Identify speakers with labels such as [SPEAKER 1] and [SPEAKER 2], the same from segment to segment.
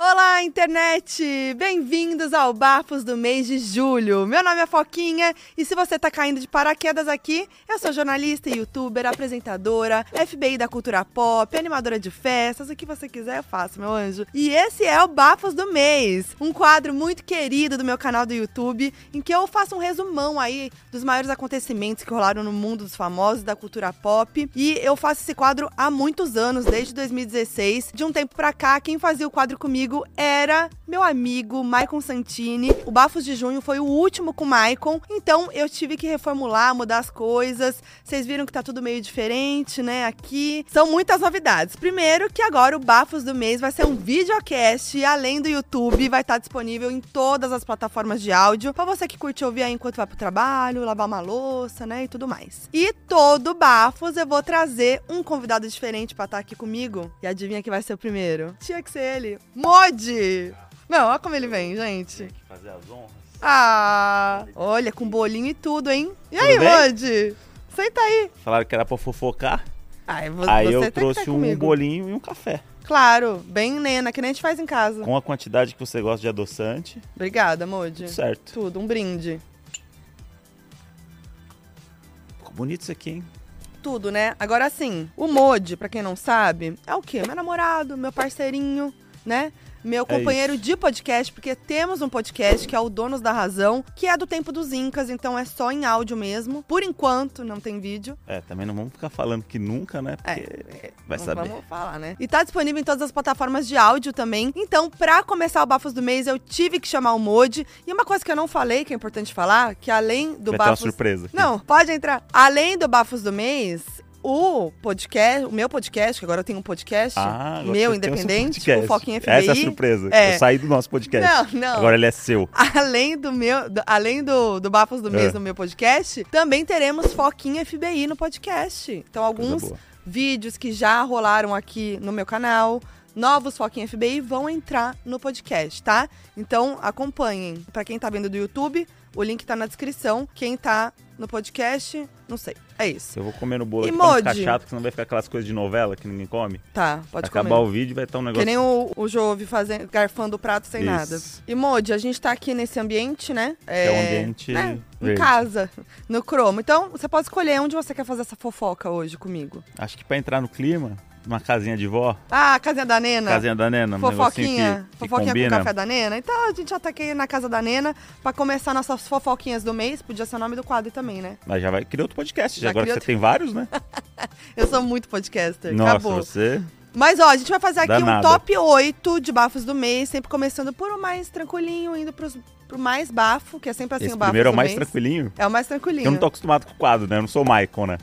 [SPEAKER 1] Olá, internet! Bem-vindos ao Bafos do mês de julho. Meu nome é Foquinha e se você tá caindo de paraquedas aqui, eu sou jornalista, youtuber, apresentadora, FBI da cultura pop, animadora de festas, o que você quiser eu faço, meu anjo. E esse é o Bafos do mês, um quadro muito querido do meu canal do YouTube, em que eu faço um resumão aí dos maiores acontecimentos que rolaram no mundo dos famosos, da cultura pop. E eu faço esse quadro há muitos anos, desde 2016. De um tempo pra cá, quem fazia o quadro comigo era meu amigo Maicon Santini. O Bafos de Junho foi o último com o Maicon, então eu tive que reformular, mudar as coisas. Vocês viram que tá tudo meio diferente, né? Aqui são muitas novidades. Primeiro, que agora o Bafos do Mês vai ser um videocast e além do YouTube, vai estar disponível em todas as plataformas de áudio pra você que curte ouvir aí enquanto vai pro trabalho, lavar uma louça, né? E tudo mais. E todo Bafos eu vou trazer um convidado diferente pra estar aqui comigo. E adivinha que vai ser o primeiro? Tinha que ser ele, Modi! Não, olha como ele vem, gente.
[SPEAKER 2] Tem que fazer as honras.
[SPEAKER 1] Ah, olha, com bolinho e tudo, hein? E aí,
[SPEAKER 2] bem?
[SPEAKER 1] Modi? Senta aí.
[SPEAKER 2] Falaram que era pra fofocar.
[SPEAKER 1] Ai, vo-
[SPEAKER 2] aí eu
[SPEAKER 1] tem que
[SPEAKER 2] trouxe
[SPEAKER 1] estar
[SPEAKER 2] um
[SPEAKER 1] comigo.
[SPEAKER 2] bolinho e um café.
[SPEAKER 1] Claro, bem nena, que nem a gente faz em casa.
[SPEAKER 2] Com a quantidade que você gosta de adoçante,
[SPEAKER 1] Obrigada, Modi.
[SPEAKER 2] tudo certo.
[SPEAKER 1] Tudo, um brinde.
[SPEAKER 2] Ficou bonito isso aqui, hein?
[SPEAKER 1] Tudo, né? Agora sim, o Modi, pra quem não sabe, é o quê? Meu namorado, meu parceirinho, né? Meu
[SPEAKER 2] É
[SPEAKER 1] companheiro
[SPEAKER 2] isso.
[SPEAKER 1] de podcast, porque temos um podcast que é o Donos da Razão, que é do tempo dos Incas, então é só em áudio mesmo. Por enquanto, não tem vídeo.
[SPEAKER 2] É, também não vamos ficar falando que nunca, né? Porque vai
[SPEAKER 1] Não
[SPEAKER 2] saber.
[SPEAKER 1] É, Vamos falar, né? E tá disponível em todas as plataformas de áudio também. Então, pra começar o Bafos do Mês, eu tive que chamar o Modi. E uma coisa que eu não falei, que é importante falar, que além do
[SPEAKER 2] vai ter uma
[SPEAKER 1] Bafos...
[SPEAKER 2] surpresa. aqui.
[SPEAKER 1] Não, pode entrar. Além do Bafos do Mês, o podcast, o meu podcast, que agora eu tenho um podcast,
[SPEAKER 2] Ah, agora
[SPEAKER 1] meu,
[SPEAKER 2] você tem seu
[SPEAKER 1] independente,
[SPEAKER 2] podcast.
[SPEAKER 1] o Foquinha FBI.
[SPEAKER 2] Essa é a surpresa.
[SPEAKER 1] É.
[SPEAKER 2] Eu saí do nosso podcast.
[SPEAKER 1] Não, não.
[SPEAKER 2] Agora ele é seu.
[SPEAKER 1] Além do meu, do- além do, do Bafos do Mês
[SPEAKER 2] É.
[SPEAKER 1] no meu podcast, também teremos Foquinha FBI no podcast. Então,
[SPEAKER 2] Coisa
[SPEAKER 1] alguns
[SPEAKER 2] boa.
[SPEAKER 1] vídeos que já rolaram aqui no meu canal, novos Foquinha FBI vão entrar no podcast, tá? Então acompanhem. Pra quem tá vendo do YouTube, o link tá na descrição. Quem tá no podcast, não sei. É isso.
[SPEAKER 2] Eu vou comer no bolo
[SPEAKER 1] E
[SPEAKER 2] aqui tá pra não ficar
[SPEAKER 1] Modi?
[SPEAKER 2] chato, porque senão vai ficar aquelas coisas de novela que ninguém come.
[SPEAKER 1] Tá, pode
[SPEAKER 2] Acabar
[SPEAKER 1] comer.
[SPEAKER 2] o vídeo vai estar um
[SPEAKER 1] Que
[SPEAKER 2] negócio.
[SPEAKER 1] nem o, o Jove fazendo, garfando o prato sem
[SPEAKER 2] Isso.
[SPEAKER 1] nada. E Modi, a gente tá aqui nesse ambiente, né?
[SPEAKER 2] É um ambiente
[SPEAKER 1] né? Em
[SPEAKER 2] verde.
[SPEAKER 1] casa, no cromo. Então, você pode escolher onde você quer fazer essa fofoca hoje comigo.
[SPEAKER 2] Acho que pra entrar no clima, uma casinha de vó,
[SPEAKER 1] Ah, a casinha da Nena.
[SPEAKER 2] casinha da Nena, um
[SPEAKER 1] Fofoquinha,
[SPEAKER 2] negocinho que, que
[SPEAKER 1] fofoquinha com
[SPEAKER 2] combina.
[SPEAKER 1] café da Nena. Então a gente já tá aqui na casa da Nena pra começar nossas fofoquinhas do mês. Podia ser o nome do quadro também, né?
[SPEAKER 2] Mas já vai criar outro podcast.
[SPEAKER 1] Já
[SPEAKER 2] Já agora que
[SPEAKER 1] criou
[SPEAKER 2] você tem vários, né?
[SPEAKER 1] Eu sou muito podcaster.
[SPEAKER 2] Nossa,
[SPEAKER 1] acabou.
[SPEAKER 2] você.
[SPEAKER 1] Mas ó, a gente vai fazer aqui um
[SPEAKER 2] Danada.
[SPEAKER 1] top 8 de bafos do mês, sempre começando por o mais tranquilinho, indo pros, pro mais bafo, que é sempre assim
[SPEAKER 2] Esse
[SPEAKER 1] o bafo.
[SPEAKER 2] primeiro é o
[SPEAKER 1] do mês.
[SPEAKER 2] mais tranquilinho.
[SPEAKER 1] É o mais tranquilinho.
[SPEAKER 2] Eu não tô acostumado com o quadro, né? Eu não sou o Michael, né?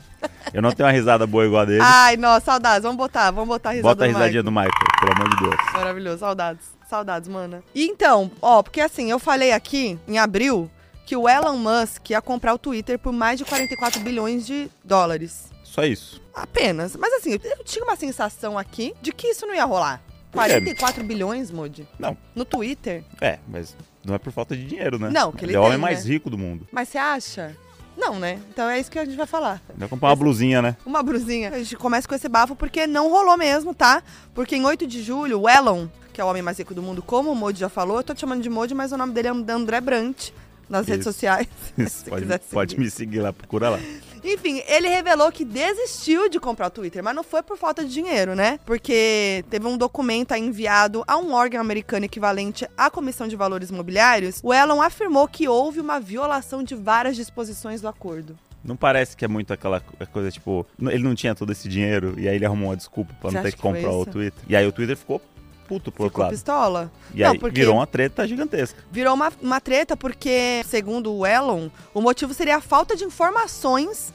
[SPEAKER 2] Eu não tenho uma risada boa igual a dele.
[SPEAKER 1] Ai, nossa, saudades. Vamos botar, vamos botar a Ah, risada
[SPEAKER 2] Bota a
[SPEAKER 1] do
[SPEAKER 2] risadinha do Michael, pelo amor de Deus.
[SPEAKER 1] Maravilhoso, saudades. Saudades, mana. E então, ó, porque assim, eu falei aqui em abril que o Elon Musk ia comprar o Twitter por mais de 44 bilhões de dólares.
[SPEAKER 2] Só isso.
[SPEAKER 1] Apenas. Mas assim, eu tinha uma sensação aqui de que isso não ia rolar.
[SPEAKER 2] Por quê?
[SPEAKER 1] 44 bilhões, Modi?
[SPEAKER 2] Não.
[SPEAKER 1] No Twitter?
[SPEAKER 2] É, mas não é por falta de dinheiro, né?
[SPEAKER 1] Não, que ele
[SPEAKER 2] é o homem
[SPEAKER 1] tem,
[SPEAKER 2] mais
[SPEAKER 1] né?
[SPEAKER 2] rico do mundo.
[SPEAKER 1] Mas você acha? Não, né? Então é isso que a gente vai falar.
[SPEAKER 2] Vai comprar uma blusinha, né?
[SPEAKER 1] Uma brusinha. A gente começa com esse bafo porque não rolou mesmo, tá? Porque em 8 de julho, o Elon, que é o homem mais rico do mundo, como o Modi já falou, eu tô te chamando de Modi, mas o nome dele é André Brant nas redes
[SPEAKER 2] Isso.
[SPEAKER 1] sociais. se
[SPEAKER 2] pode,
[SPEAKER 1] quiser seguir.
[SPEAKER 2] pode me seguir lá, procura lá.
[SPEAKER 1] Enfim, ele revelou que desistiu de comprar o Twitter, mas não foi por falta de dinheiro, né? Porque teve um documento aí enviado a um órgão americano equivalente à Comissão de Valores Imobiliários. O Elon afirmou que houve uma violação de várias disposições do acordo.
[SPEAKER 2] Não parece que é muito aquela co- coisa, tipo, n- ele não tinha todo esse dinheiro e aí ele arrumou uma desculpa pra
[SPEAKER 1] Você
[SPEAKER 2] não
[SPEAKER 1] acha
[SPEAKER 2] ter que
[SPEAKER 1] que foi
[SPEAKER 2] comprar o
[SPEAKER 1] isso?
[SPEAKER 2] Twitter. E aí o Twitter ficou puto pro outro
[SPEAKER 1] Ficou
[SPEAKER 2] lado.
[SPEAKER 1] pistola?
[SPEAKER 2] E
[SPEAKER 1] Não,
[SPEAKER 2] aí
[SPEAKER 1] porque-
[SPEAKER 2] virou uma treta gigantesca.
[SPEAKER 1] Virou uma, uma treta porque, segundo o Elon, o motivo seria a falta de informações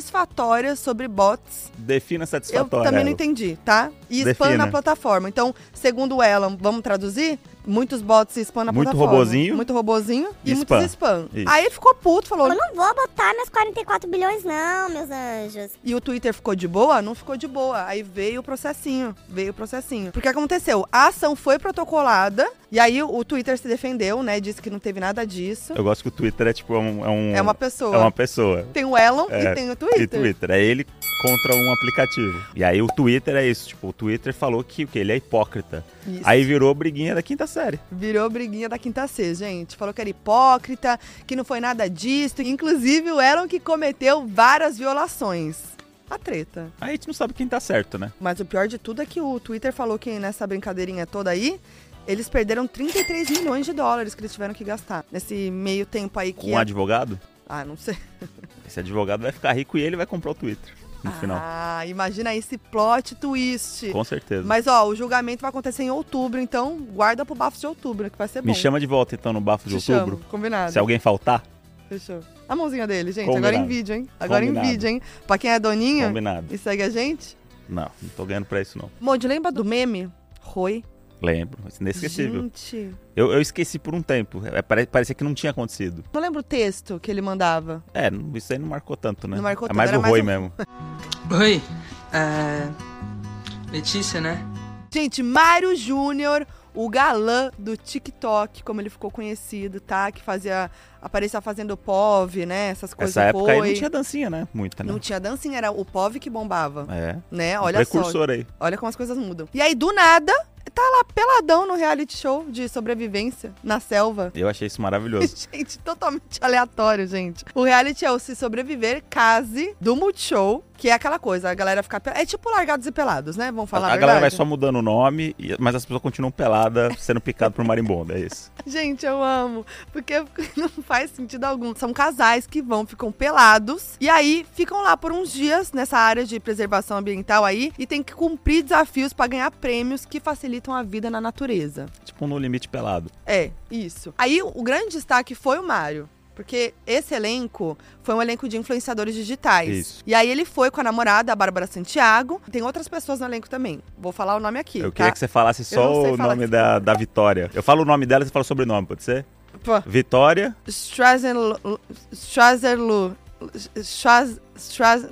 [SPEAKER 1] satisfatórias sobre bots.
[SPEAKER 2] Defina
[SPEAKER 1] Eu
[SPEAKER 2] satisfatória.
[SPEAKER 1] também não
[SPEAKER 2] Elo.
[SPEAKER 1] entendi, tá? E spam
[SPEAKER 2] é. Defina.
[SPEAKER 1] na plataforma. Então, segundo o Elon, vamos traduzir? Muitos bots e spam na
[SPEAKER 2] Muito
[SPEAKER 1] plataforma.
[SPEAKER 2] robozinho.
[SPEAKER 1] Muito robozinho e,
[SPEAKER 2] E
[SPEAKER 1] muitos spam.
[SPEAKER 2] spam. Isso.
[SPEAKER 1] Aí ele ficou puto, falou.
[SPEAKER 3] Eu não vou botar meus 44 bilhões, não, meus anjos.
[SPEAKER 1] E o Twitter ficou de boa? Não ficou de boa. Aí veio o processinho. Veio o processinho. Porque aconteceu? A ação foi protocolada. E aí o Twitter se defendeu, né? Disse que não teve nada disso.
[SPEAKER 2] Eu gosto que o Twitter é tipo é um. um-
[SPEAKER 1] É uma pessoa.
[SPEAKER 2] É uma pessoa.
[SPEAKER 1] Tem o Elon
[SPEAKER 2] É,
[SPEAKER 1] e tem o
[SPEAKER 2] E
[SPEAKER 1] Twitter.
[SPEAKER 2] Twitter. É ele contra um aplicativo. E aí o Twitter é isso, tipo, o Twitter falou que o quê? Ele é hipócrita.
[SPEAKER 1] Isso.
[SPEAKER 2] Aí virou briguinha da quinta série.
[SPEAKER 1] Virou briguinha da quinta C, gente. Falou que era hipócrita, que não foi nada disso. Inclusive, o Elon que cometeu várias violações. A treta.
[SPEAKER 2] Aí a gente não sabe quem tá certo, né?
[SPEAKER 1] Mas o pior de tudo é que o Twitter falou que nessa brincadeirinha toda aí, eles perderam 33 milhões de dólares que eles tiveram que gastar. Nesse meio tempo aí
[SPEAKER 2] Com
[SPEAKER 1] que. é.
[SPEAKER 2] um advogado,
[SPEAKER 1] Ah, não sei.
[SPEAKER 2] esse advogado vai ficar rico e ele vai comprar o Twitter no final.
[SPEAKER 1] Ah, imagina esse plot twist.
[SPEAKER 2] Com certeza.
[SPEAKER 1] Mas ó, o julgamento vai acontecer em outubro, então guarda pro bafo de outubro, que vai ser Tá bom.
[SPEAKER 2] Me chama de volta então no bafo de
[SPEAKER 1] Te chamo,
[SPEAKER 2] outubro.
[SPEAKER 1] Combinado.
[SPEAKER 2] Se alguém faltar,
[SPEAKER 1] Fechou. A mãozinha dele, gente. Agora em
[SPEAKER 2] Combinado.
[SPEAKER 1] vídeo, hein? Agora
[SPEAKER 2] Combinado.
[SPEAKER 1] em vídeo, hein? Pra quem é doninho
[SPEAKER 2] combinado.
[SPEAKER 1] e segue a gente.
[SPEAKER 2] Não, não tô ganhando pra isso não.
[SPEAKER 1] Modi, lembra do meme? Roi.
[SPEAKER 2] Lembro, isso é inesquecível.
[SPEAKER 1] Gente.
[SPEAKER 2] Eu, eu esqueci por um tempo, é, pare- parecia que não tinha acontecido.
[SPEAKER 1] Não lembro o texto que ele mandava.
[SPEAKER 2] É, não- isso aí não marcou tanto, né?
[SPEAKER 1] Não marcou
[SPEAKER 2] é
[SPEAKER 1] tanto,
[SPEAKER 2] mais
[SPEAKER 1] era
[SPEAKER 2] o
[SPEAKER 1] mais
[SPEAKER 2] Rui
[SPEAKER 1] um-
[SPEAKER 2] mesmo.
[SPEAKER 4] Oi, é... Letícia, né?
[SPEAKER 1] Gente, Mário Júnior, o galã do TikTok, como ele ficou conhecido, tá? Que fazia. aparecia fazendo POV, né? Essas coisas.
[SPEAKER 2] Essa época aí
[SPEAKER 1] foi.
[SPEAKER 2] não tinha dancinha, né? Muita, né?
[SPEAKER 1] Não tinha dancinha, era o POV que bombava.
[SPEAKER 2] É.
[SPEAKER 1] Né?
[SPEAKER 2] um
[SPEAKER 1] Olha só.
[SPEAKER 2] precursor aí.
[SPEAKER 1] Olha como as coisas mudam. E aí, do nada, tá lá peladão no reality show de sobrevivência, na selva.
[SPEAKER 2] Eu achei isso maravilhoso.
[SPEAKER 1] Gente, totalmente aleatório, gente. O reality é o Se Sobreviver Case do Multishow, que é aquela coisa, a galera ficar... pe- É tipo largados e pelados, né? Vamos falar
[SPEAKER 2] a,
[SPEAKER 1] a,
[SPEAKER 2] a
[SPEAKER 1] verdade?
[SPEAKER 2] galera vai só mudando o nome, e- mas as pessoas continuam peladas, sendo picado por marimbondo, é isso.
[SPEAKER 1] Gente, eu amo, porque não faz sentido algum. São casais que vão, ficam pelados, e aí ficam lá por uns dias nessa área de preservação ambiental aí, e tem que cumprir desafios pra ganhar prêmios que facilitam a vida na natureza.
[SPEAKER 2] Tipo um No Limite pelado.
[SPEAKER 1] É, isso. Aí o grande destaque foi o Mário. Porque esse elenco foi um elenco de influenciadores digitais.
[SPEAKER 2] Isso.
[SPEAKER 1] E aí ele foi com a namorada, a Bárbara Santiago. Tem outras pessoas no elenco também. Vou falar o nome aqui,
[SPEAKER 2] eu
[SPEAKER 1] tá?
[SPEAKER 2] queria que você falasse
[SPEAKER 1] Eu não
[SPEAKER 2] só
[SPEAKER 1] sei
[SPEAKER 2] o
[SPEAKER 1] falar
[SPEAKER 2] nome
[SPEAKER 1] esse
[SPEAKER 2] da, da Vitória. Eu falo o nome dela e você fala o sobrenome, pode ser?
[SPEAKER 1] Pô,
[SPEAKER 2] Vitória.
[SPEAKER 1] Strazenlu... Strazerlu... Straz... Straz...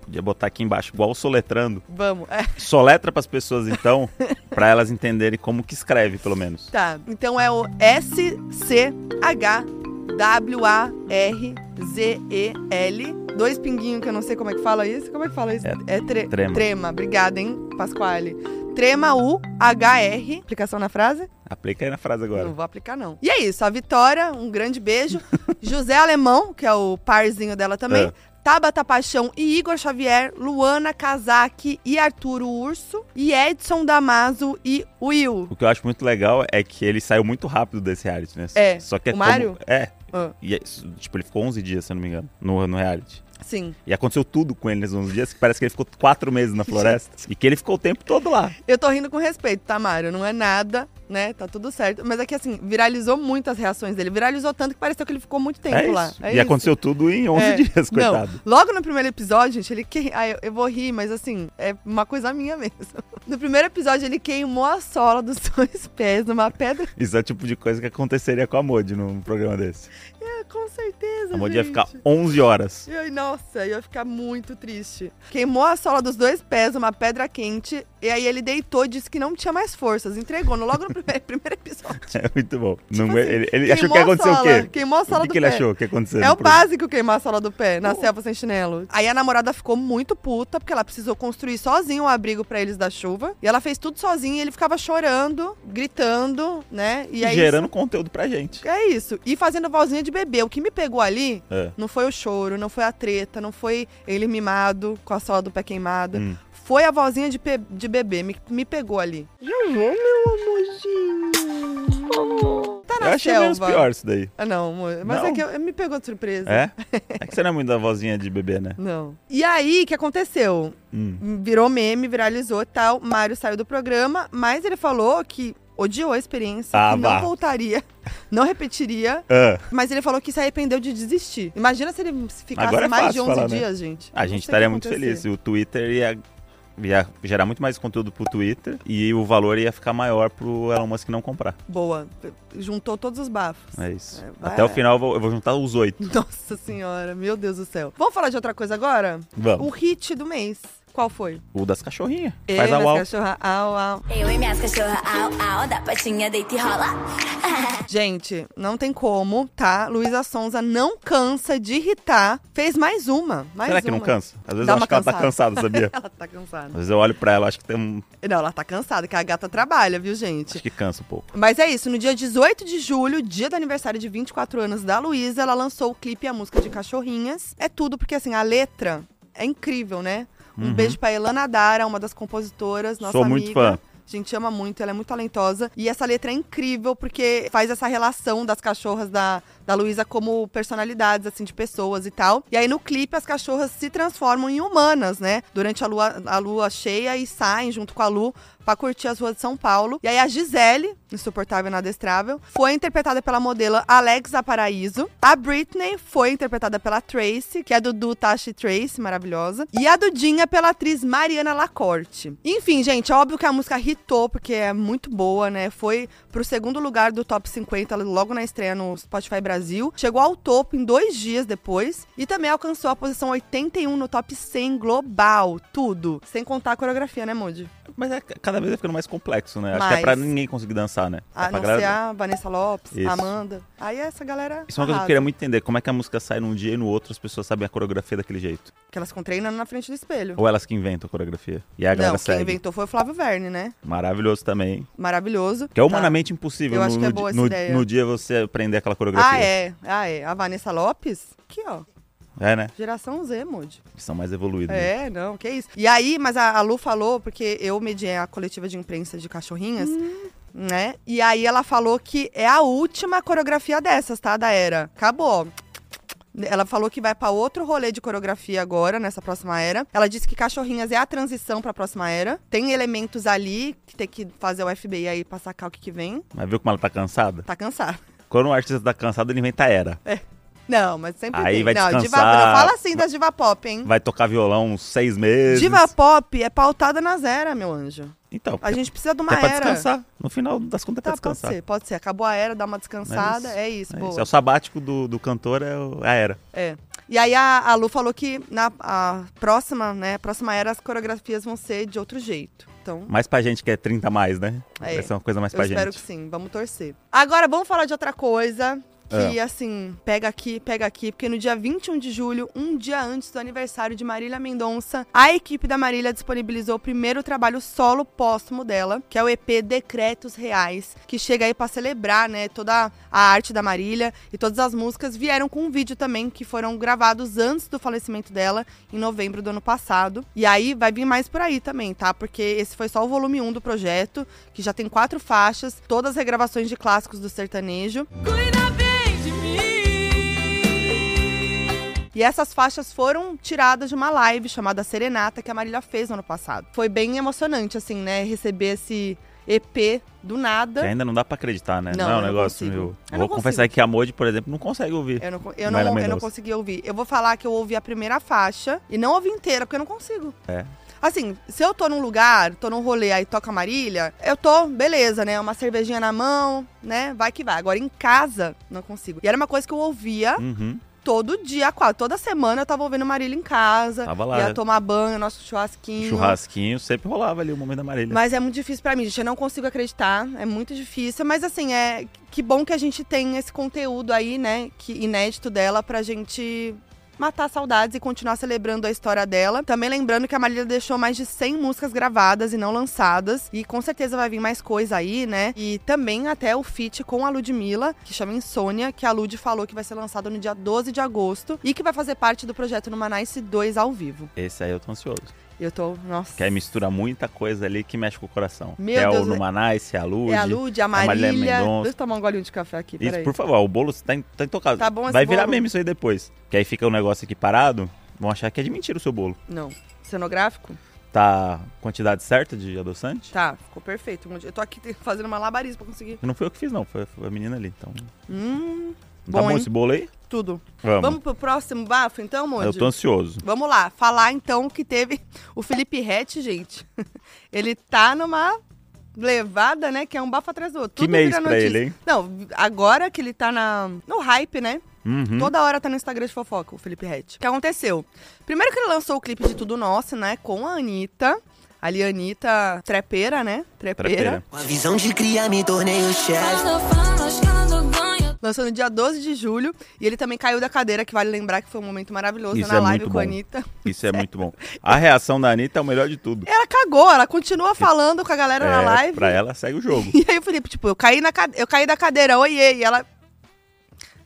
[SPEAKER 2] Podia botar aqui embaixo, igual o soletrando.
[SPEAKER 1] Vamos, é,
[SPEAKER 2] Soletra pras pessoas, então, pra elas entenderem como que escreve, pelo menos.
[SPEAKER 1] tá. Então é o S-C-H-W-A-R-Z-E-L. Dois pinguinhos, que eu não sei como é que fala isso. Como é que fala isso? É, tre-
[SPEAKER 2] trema.
[SPEAKER 1] Trema, obrigada, hein, Pasquale. Trema U-H-R. Aplicação na frase?
[SPEAKER 2] Aplica aí na frase
[SPEAKER 1] Não
[SPEAKER 2] agora.
[SPEAKER 1] vou aplicar, não. E é isso, a Vitória, um grande beijo. José Alemão, que é o parzinho dela também.
[SPEAKER 2] É.
[SPEAKER 1] Tabata Paixão e Igor Xavier, Luana Kazaki e Arturo Urso, e Edson Damaso e Will.
[SPEAKER 2] O que eu acho muito legal é que ele saiu muito rápido desse reality, né?
[SPEAKER 1] É.
[SPEAKER 2] Só que é
[SPEAKER 1] O
[SPEAKER 2] como-
[SPEAKER 1] Mário?
[SPEAKER 2] É.
[SPEAKER 1] Ah.
[SPEAKER 2] E é isso, tipo, ele ficou 11 dias, se eu não me engano, no, no reality.
[SPEAKER 1] Sim,
[SPEAKER 2] E aconteceu tudo com ele nesses 11 dias, que parece que ele ficou 4 meses na floresta. e que ele ficou o tempo todo lá.
[SPEAKER 1] eu tô rindo com respeito, tá, Mário? Não é nada, né? Tá tudo certo. Mas é que, assim, viralizou muito as reações dele. Viralizou tanto que pareceu que ele ficou muito tempo
[SPEAKER 2] é isso.
[SPEAKER 1] lá. É
[SPEAKER 2] e
[SPEAKER 1] isso.
[SPEAKER 2] aconteceu tudo em 11
[SPEAKER 1] É.
[SPEAKER 2] dias, coitado.
[SPEAKER 1] Não, logo no primeiro episódio, gente, ele queimou. Ah, eu, eu vou rir, mas assim, é uma coisa minha mesmo. No primeiro episódio, ele queimou a sola dos dois pés numa pedra.
[SPEAKER 2] Isso é o tipo de coisa que aconteceria com a Modi num programa desse.
[SPEAKER 1] É, com certeza.
[SPEAKER 2] A Modi ia
[SPEAKER 1] gente.
[SPEAKER 2] ficar 11 horas.
[SPEAKER 1] Eu, nossa, eu ia ficar muito triste. Queimou a sola dos dois pés numa pedra quente. E aí ele deitou e disse que não tinha mais forças. Entregou no, logo no primeiro, primeiro episódio.
[SPEAKER 2] É muito bom. Não-
[SPEAKER 1] assim,
[SPEAKER 2] ele ele achou que
[SPEAKER 1] Queimou
[SPEAKER 2] ia
[SPEAKER 1] a
[SPEAKER 2] acontecer o
[SPEAKER 1] sola,
[SPEAKER 2] quê?
[SPEAKER 1] Queimou a sola
[SPEAKER 2] o que,
[SPEAKER 1] do
[SPEAKER 2] que ele
[SPEAKER 1] pé.
[SPEAKER 2] achou que ia acontecer?
[SPEAKER 1] É
[SPEAKER 2] no
[SPEAKER 1] o
[SPEAKER 2] programa?
[SPEAKER 1] básico queimar a sola do pé, na selva sem chinelo. Uh. Aí a namorada ficou muito puta, porque ela precisou construir sozinha um abrigo pra eles da chuva. E ela fez tudo sozinha e ele ficava chorando, gritando, né? E aí.
[SPEAKER 2] Gerando conteúdo pra gente.
[SPEAKER 1] É isso. E fazendo vozinha de bebê. O que me pegou ali
[SPEAKER 2] É.
[SPEAKER 1] não foi o choro, não foi a treta, não foi ele mimado com a sola do pé queimada.
[SPEAKER 2] Hum.
[SPEAKER 1] Foi a vozinha de, pe- de bebê, me, me pegou ali. Tá na
[SPEAKER 2] Eu achei menos
[SPEAKER 1] selva.
[SPEAKER 2] pior isso daí.
[SPEAKER 1] Ah, não, amor, mas
[SPEAKER 2] Não?
[SPEAKER 1] é que eu- me pegou de surpresa.
[SPEAKER 2] É? É que você não é muito da vozinha de bebê, né?
[SPEAKER 1] Não. E aí, o que aconteceu?
[SPEAKER 2] Hum.
[SPEAKER 1] virou meme, viralizou e tal. Mário saiu do programa, mas ele falou que odiou a experiência,
[SPEAKER 2] Ah,
[SPEAKER 1] que
[SPEAKER 2] vá.
[SPEAKER 1] não voltaria, não repetiria.
[SPEAKER 2] Ah,
[SPEAKER 1] Mas ele falou que se arrependeu de desistir. Imagina se ele ficasse
[SPEAKER 2] Agora é
[SPEAKER 1] mais de
[SPEAKER 2] fácil
[SPEAKER 1] 11
[SPEAKER 2] falar, né?
[SPEAKER 1] dias, gente. Não
[SPEAKER 2] a
[SPEAKER 1] sei o
[SPEAKER 2] gente
[SPEAKER 1] que
[SPEAKER 2] estaria muito
[SPEAKER 1] acontecer.
[SPEAKER 2] feliz. E O Twitter ia, ia gerar muito mais conteúdo pro Twitter e o valor ia ficar maior pro Elon Musk não comprar.
[SPEAKER 1] Boa. Juntou todos os bafos.
[SPEAKER 2] É isso.
[SPEAKER 1] É, vai-
[SPEAKER 2] Até o final eu vou, eu vou juntar os oito.
[SPEAKER 1] Nossa senhora, meu Deus do céu. Vamos falar de outra coisa agora? O
[SPEAKER 2] Vamos.
[SPEAKER 1] hit do mês. Qual foi?
[SPEAKER 2] O das cachorrinhas.
[SPEAKER 1] Eu,
[SPEAKER 2] Faz a
[SPEAKER 1] minhas
[SPEAKER 2] uau.
[SPEAKER 1] cachorra, au, au.
[SPEAKER 5] Eu e minhas cachorras, au, au, da patinha deita e rola.
[SPEAKER 1] Gente, não tem como, tá? Luísa Sonza não cansa de irritar. Fez mais uma. é Mais
[SPEAKER 2] Será que não
[SPEAKER 1] uma.
[SPEAKER 2] cansa? Às vezes
[SPEAKER 1] Dá
[SPEAKER 2] eu acho
[SPEAKER 1] uma
[SPEAKER 2] que ela tá
[SPEAKER 1] cansada.
[SPEAKER 2] cansada, sabia?
[SPEAKER 1] Ela tá cansada.
[SPEAKER 2] Às vezes eu olho pra ela, acho que tem um.
[SPEAKER 1] Não, ela tá cansada, que a gata trabalha, viu, gente?
[SPEAKER 2] Acho que cansa um pouco.
[SPEAKER 1] Mas é isso, no dia 18 de julho, dia do aniversário de 24 anos da Luísa, ela lançou o clipe e a música de Cachorrinhas. É tudo, porque assim, a letra é incrível, né? Um
[SPEAKER 2] Uhum.
[SPEAKER 1] beijo pra Elana Dara, uma das compositoras, nossa
[SPEAKER 2] Sou
[SPEAKER 1] amiga.
[SPEAKER 2] muito fã.
[SPEAKER 1] A gente ama muito, ela é muito talentosa. E essa letra é incrível porque faz essa relação das cachorras da, da Luísa como personalidades, assim, de pessoas e tal. E aí no clipe as cachorras se transformam em humanas, né? Durante a lua, a lua cheia e saem junto com a Lu pra curtir as ruas de São Paulo. E aí a Gisele, insuportável e inadestrável, foi interpretada pela modelo Alexa Paraíso. A Britney foi interpretada pela Tracy, que é a Dudu Tashi Tracy, maravilhosa. E a Dudinha pela atriz Mariana Lacorte. Enfim, gente, é óbvio que a música hitou, porque é muito boa, né? Foi pro segundo lugar do top 50 logo na estreia no Spotify Brasil. Chegou ao topo em dois dias depois. E também alcançou a posição 81 no top 100 global. Tudo. Sem contar a coreografia, né, Moody?
[SPEAKER 2] Mas é- cada vez vai ficando mais complexo, né? Acho que é
[SPEAKER 1] Mas-
[SPEAKER 2] pra ninguém conseguir dançar, né?
[SPEAKER 1] A
[SPEAKER 2] é pra
[SPEAKER 1] não ser a Vanessa Lopes, a
[SPEAKER 2] Isso.
[SPEAKER 1] Amanda. Aí essa galera.
[SPEAKER 2] Isso é uma coisa que eu
[SPEAKER 1] arrasa.
[SPEAKER 2] queria muito entender. Como é que a música sai num dia e no outro as pessoas sabem a coreografia daquele jeito?
[SPEAKER 1] Porque elas ficam treinando na frente do espelho.
[SPEAKER 2] Ou elas que inventam a coreografia? E aí a galera
[SPEAKER 1] Não, quem
[SPEAKER 2] segue.
[SPEAKER 1] inventou foi o Flávio Verne, né?
[SPEAKER 2] Maravilhoso também.
[SPEAKER 1] Maravilhoso.
[SPEAKER 2] Que é
[SPEAKER 1] Tá.
[SPEAKER 2] humanamente impossível
[SPEAKER 1] Eu
[SPEAKER 2] no,
[SPEAKER 1] acho que é
[SPEAKER 2] no
[SPEAKER 1] boa
[SPEAKER 2] di-
[SPEAKER 1] essa
[SPEAKER 2] no-
[SPEAKER 1] ideia.
[SPEAKER 2] no dia você aprender aquela
[SPEAKER 1] Ah,
[SPEAKER 2] coreografia.
[SPEAKER 1] é. Ah, é. A Vanessa Lopes? Aqui, ó.
[SPEAKER 2] é? né?
[SPEAKER 1] Geração Z, Moody.
[SPEAKER 2] Que são mais evoluídos. né?
[SPEAKER 1] É, não, que isso. E aí, mas a, a Lu falou, porque eu mediei a coletiva de imprensa de cachorrinhas,
[SPEAKER 2] Hum.
[SPEAKER 1] né? E aí ela falou que é a última coreografia dessas, tá? Da era. Acabou. Ela falou que vai pra outro rolê de coreografia agora, nessa próxima era. Ela disse que Cachorrinhas é a transição pra próxima era. Tem elementos ali que tem que fazer o FBI aí pra sacar o que, que vem.
[SPEAKER 2] Mas viu como ela tá cansada?
[SPEAKER 1] Tá cansado.
[SPEAKER 2] Quando um artista tá cansado, ele inventa era.
[SPEAKER 1] É. Não, mas sempre
[SPEAKER 2] Aí
[SPEAKER 1] tem.
[SPEAKER 2] vai
[SPEAKER 1] não, diva,
[SPEAKER 2] descansar.
[SPEAKER 1] não fala assim das diva pop, hein?
[SPEAKER 2] Vai tocar violão uns seis meses.
[SPEAKER 1] Diva pop é pautada nas era, meu anjo.
[SPEAKER 2] Então,
[SPEAKER 1] A gente precisa de uma
[SPEAKER 2] é pra
[SPEAKER 1] era.
[SPEAKER 2] descansar. No final das contas é pra
[SPEAKER 1] Tá, pode
[SPEAKER 2] descansar.
[SPEAKER 1] ser, pode ser. Acabou a era, dá uma descansada.
[SPEAKER 2] Mas
[SPEAKER 1] É isso,
[SPEAKER 2] É,
[SPEAKER 1] boa.
[SPEAKER 2] isso. É o sabático do, do cantor, é o- a era.
[SPEAKER 1] É. E aí a, a Lu falou que na a próxima, né? a próxima era as coreografias vão ser de outro jeito. Então,
[SPEAKER 2] Mais pra gente que é 30 a mais, né?
[SPEAKER 1] É.
[SPEAKER 2] Vai ser uma coisa mais
[SPEAKER 1] eu
[SPEAKER 2] pra
[SPEAKER 1] espero
[SPEAKER 2] gente.
[SPEAKER 1] que sim, vamos torcer. Agora vamos falar de outra coisa.
[SPEAKER 2] É.
[SPEAKER 1] Que assim, pega aqui, pega aqui, porque no dia 21 de julho, um dia antes do aniversário de Marília Mendonça, a equipe da Marília disponibilizou o primeiro trabalho solo póstumo dela, que é o EP Decretos Reais, que chega aí pra celebrar, né, toda a arte da Marília e todas as músicas vieram com um vídeo também que foram gravados antes do falecimento dela, em novembro do ano passado. E aí vai vir mais por aí também, tá? Porque esse foi só o volume 1 do projeto, que já tem quatro faixas, todas regravações de clássicos do sertanejo. E essas faixas foram tiradas de uma live chamada Serenata que a Marília fez no ano passado. Foi bem emocionante, assim, né? Receber esse EP do
[SPEAKER 2] Que
[SPEAKER 1] nada.
[SPEAKER 2] ainda não dá pra acreditar, né?
[SPEAKER 1] Não,
[SPEAKER 2] é um
[SPEAKER 1] eu não
[SPEAKER 2] negócio,
[SPEAKER 1] consigo.
[SPEAKER 2] meu.
[SPEAKER 1] Eu não
[SPEAKER 2] Vou
[SPEAKER 1] consigo.
[SPEAKER 2] confessar que a Modi, por exemplo, não consegue ouvir.
[SPEAKER 1] Eu não, con- eu,
[SPEAKER 2] Marília
[SPEAKER 1] não, eu não
[SPEAKER 2] Mendonça.
[SPEAKER 1] consegui ouvir. Eu vou falar que eu ouvi a primeira faixa e não ouvi inteira, porque eu não consigo.
[SPEAKER 2] É.
[SPEAKER 1] Assim, se eu tô num lugar, tô num rolê, aí toca Marília, eu tô, beleza, né? Uma cervejinha na mão, né? Vai que vai. Agora em casa, não consigo. E era uma coisa que eu ouvia
[SPEAKER 2] Uhum.
[SPEAKER 1] todo dia, quase. Toda semana eu tava ouvindo Marília em casa.
[SPEAKER 2] Tava lá,
[SPEAKER 1] Ia
[SPEAKER 2] né?
[SPEAKER 1] tomar banho, nosso churrasquinho.
[SPEAKER 2] Churrasquinho, sempre rolava ali o momento da Marília.
[SPEAKER 1] Mas é muito difícil pra mim, gente. Eu não consigo acreditar. É muito difícil. Mas assim, é que bom que a gente tem esse conteúdo aí, né? Que inédito dela pra gente matar saudades e continuar celebrando a história dela. Também lembrando que a Marília deixou mais de 100 músicas gravadas e não lançadas. E com certeza vai vir mais coisa aí, né? E também até o feat com a Ludmilla, que chama Insônia, que a Lud falou que vai ser lançado no dia 12 de agosto e que vai fazer parte do projeto Numa Nice 2 ao vivo.
[SPEAKER 2] Esse aí eu tô ansioso.
[SPEAKER 1] Eu tô, nossa.
[SPEAKER 2] Que aí mistura muita coisa ali que mexe com o coração.
[SPEAKER 1] Meu
[SPEAKER 2] Que é
[SPEAKER 1] Deus,
[SPEAKER 2] o Numanice, é a Lud.
[SPEAKER 1] É a Lud, a
[SPEAKER 2] Marília
[SPEAKER 1] Marília.
[SPEAKER 2] Mendonça.
[SPEAKER 1] Deixa eu tomar um golinho de café aqui,
[SPEAKER 2] Isso,
[SPEAKER 1] peraí.
[SPEAKER 2] por favor, o bolo tá, in- tá intocado.
[SPEAKER 1] Tá bom esse
[SPEAKER 2] Vai virar
[SPEAKER 1] bolo?
[SPEAKER 2] meme isso aí depois. Que aí fica o negócio aqui parado, vão achar que é de mentira o seu bolo.
[SPEAKER 1] Não. Cenográfico?
[SPEAKER 2] Tá quantidade certa de adoçante?
[SPEAKER 1] Tá, ficou perfeito. Eu tô aqui te- fazendo uma labarista pra conseguir.
[SPEAKER 2] Não fui eu que fiz, não. Foi, foi a menina ali. Então.
[SPEAKER 1] Hum,
[SPEAKER 2] Não
[SPEAKER 1] Bom,
[SPEAKER 2] tá bom
[SPEAKER 1] hein?
[SPEAKER 2] esse bolo aí?
[SPEAKER 1] tudo.
[SPEAKER 2] Vamos.
[SPEAKER 1] Vamos pro próximo bafo, então,
[SPEAKER 2] eu
[SPEAKER 1] Moody?
[SPEAKER 2] tô ansioso.
[SPEAKER 1] Vamos lá, falar então que teve o Felipe Rett, gente. Ele tá numa levada, né? Que é um bafo atrás do outro.
[SPEAKER 2] Que
[SPEAKER 1] Tudo
[SPEAKER 2] mês
[SPEAKER 1] vira
[SPEAKER 2] pra
[SPEAKER 1] notícia.
[SPEAKER 2] ele, hein?
[SPEAKER 1] Não, agora que ele tá na, no hype, né?
[SPEAKER 2] Uhum.
[SPEAKER 1] Toda hora tá no Instagram de fofoca, o Felipe Rett. O que aconteceu? Primeiro que ele lançou o clipe de Tudo Nosso, né? Com a Anitta. Ali, a Anitta trepeira, né? trepeira.
[SPEAKER 2] Trepeira.
[SPEAKER 6] Com a visão de cria me tornei o chefe.
[SPEAKER 1] Lançou no dia 12 de julho. E ele também caiu da cadeira, que vale lembrar que foi um momento maravilhoso
[SPEAKER 2] Isso
[SPEAKER 1] na
[SPEAKER 2] é
[SPEAKER 1] live
[SPEAKER 2] muito
[SPEAKER 1] com a
[SPEAKER 2] bom.
[SPEAKER 1] Anitta.
[SPEAKER 2] Isso é muito bom. A reação da Anitta é o melhor de tudo.
[SPEAKER 1] Ela cagou, ela continua falando com a galera na
[SPEAKER 2] É,
[SPEAKER 1] live.
[SPEAKER 2] Pra ela, segue o jogo.
[SPEAKER 1] E aí o Felipe, tipo, eu caí, na cade... eu caí da cadeira, oiê. E ela.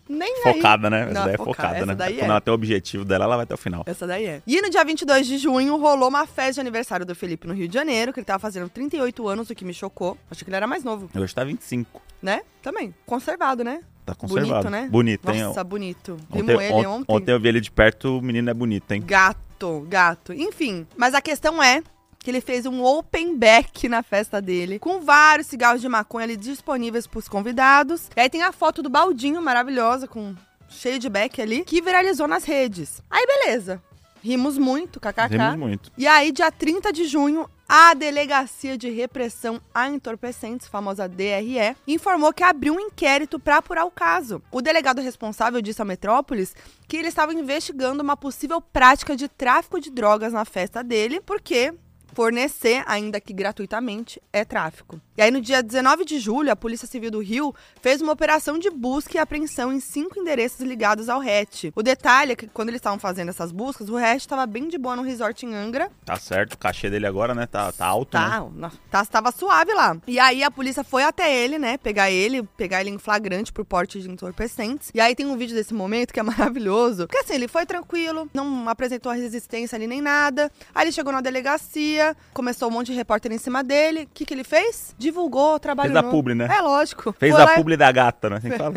[SPEAKER 1] Nem aí.
[SPEAKER 2] Focada, né? Essa
[SPEAKER 1] Não,
[SPEAKER 2] daí é
[SPEAKER 1] foca-
[SPEAKER 2] focada,
[SPEAKER 1] essa
[SPEAKER 2] né?
[SPEAKER 1] daí é.
[SPEAKER 2] Quando ela tem o objetivo dela, ela vai até o final.
[SPEAKER 1] Essa daí é. E no dia 22 de junho rolou uma festa de aniversário do Felipe no Rio de Janeiro, que ele tava fazendo 38 anos, o que me chocou. Achei que ele era mais novo,
[SPEAKER 2] Hoje tá 25.
[SPEAKER 1] né? Também. Conservado, né?
[SPEAKER 2] Tá conservado.
[SPEAKER 1] Bonito, né?
[SPEAKER 2] Bonito, hein?
[SPEAKER 1] Nossa, bonito.
[SPEAKER 2] Ontem,
[SPEAKER 1] Vimos ele
[SPEAKER 2] on-
[SPEAKER 1] ontem.
[SPEAKER 2] ontem eu vi ele de perto, o menino é bonito, hein?
[SPEAKER 1] Gato, gato. Enfim, mas a questão é que ele fez um open back na festa dele, com vários cigarros de maconha ali disponíveis pros convidados. E aí tem a foto do baldinho maravilhosa, com cheio de beck ali, que viralizou nas redes. Aí beleza. Rimos muito, kkk.
[SPEAKER 2] Rimos muito.
[SPEAKER 1] E aí, dia 30 de junho, a Delegacia de Repressão a Entorpecentes, famosa DRE, informou que abriu um inquérito para apurar o caso. O delegado responsável disse à Metrópolis que ele estava investigando uma possível prática de tráfico de drogas na festa dele, porque fornecer, ainda que gratuitamente, é tráfico. E aí, no dia 19 de julho, a Polícia Civil do Rio fez uma operação de busca e apreensão em cinco endereços ligados ao RET. O detalhe é que, quando eles estavam fazendo essas buscas, o RET estava bem de boa no resort em Angra.
[SPEAKER 2] Tá certo, o cachê dele agora, né? Tá, tá alto, né?
[SPEAKER 1] Tá, nossa, tá, tava suave lá. E aí, a polícia foi até ele, né, pegar ele, pegar ele em flagrante por porte de entorpecentes. E aí, tem um vídeo desse momento que é maravilhoso. Porque, assim, ele foi tranquilo, não apresentou resistência ali nem nada. Aí, ele chegou na delegacia, começou um monte de repórter em cima dele. O que que ele fez? Divulgou o trabalho
[SPEAKER 2] Fez a
[SPEAKER 1] novo.
[SPEAKER 2] publi, né?
[SPEAKER 1] É, lógico.
[SPEAKER 2] Fez
[SPEAKER 1] Foi lá
[SPEAKER 2] a
[SPEAKER 1] e-
[SPEAKER 2] publi da gata, né? Assim que fala.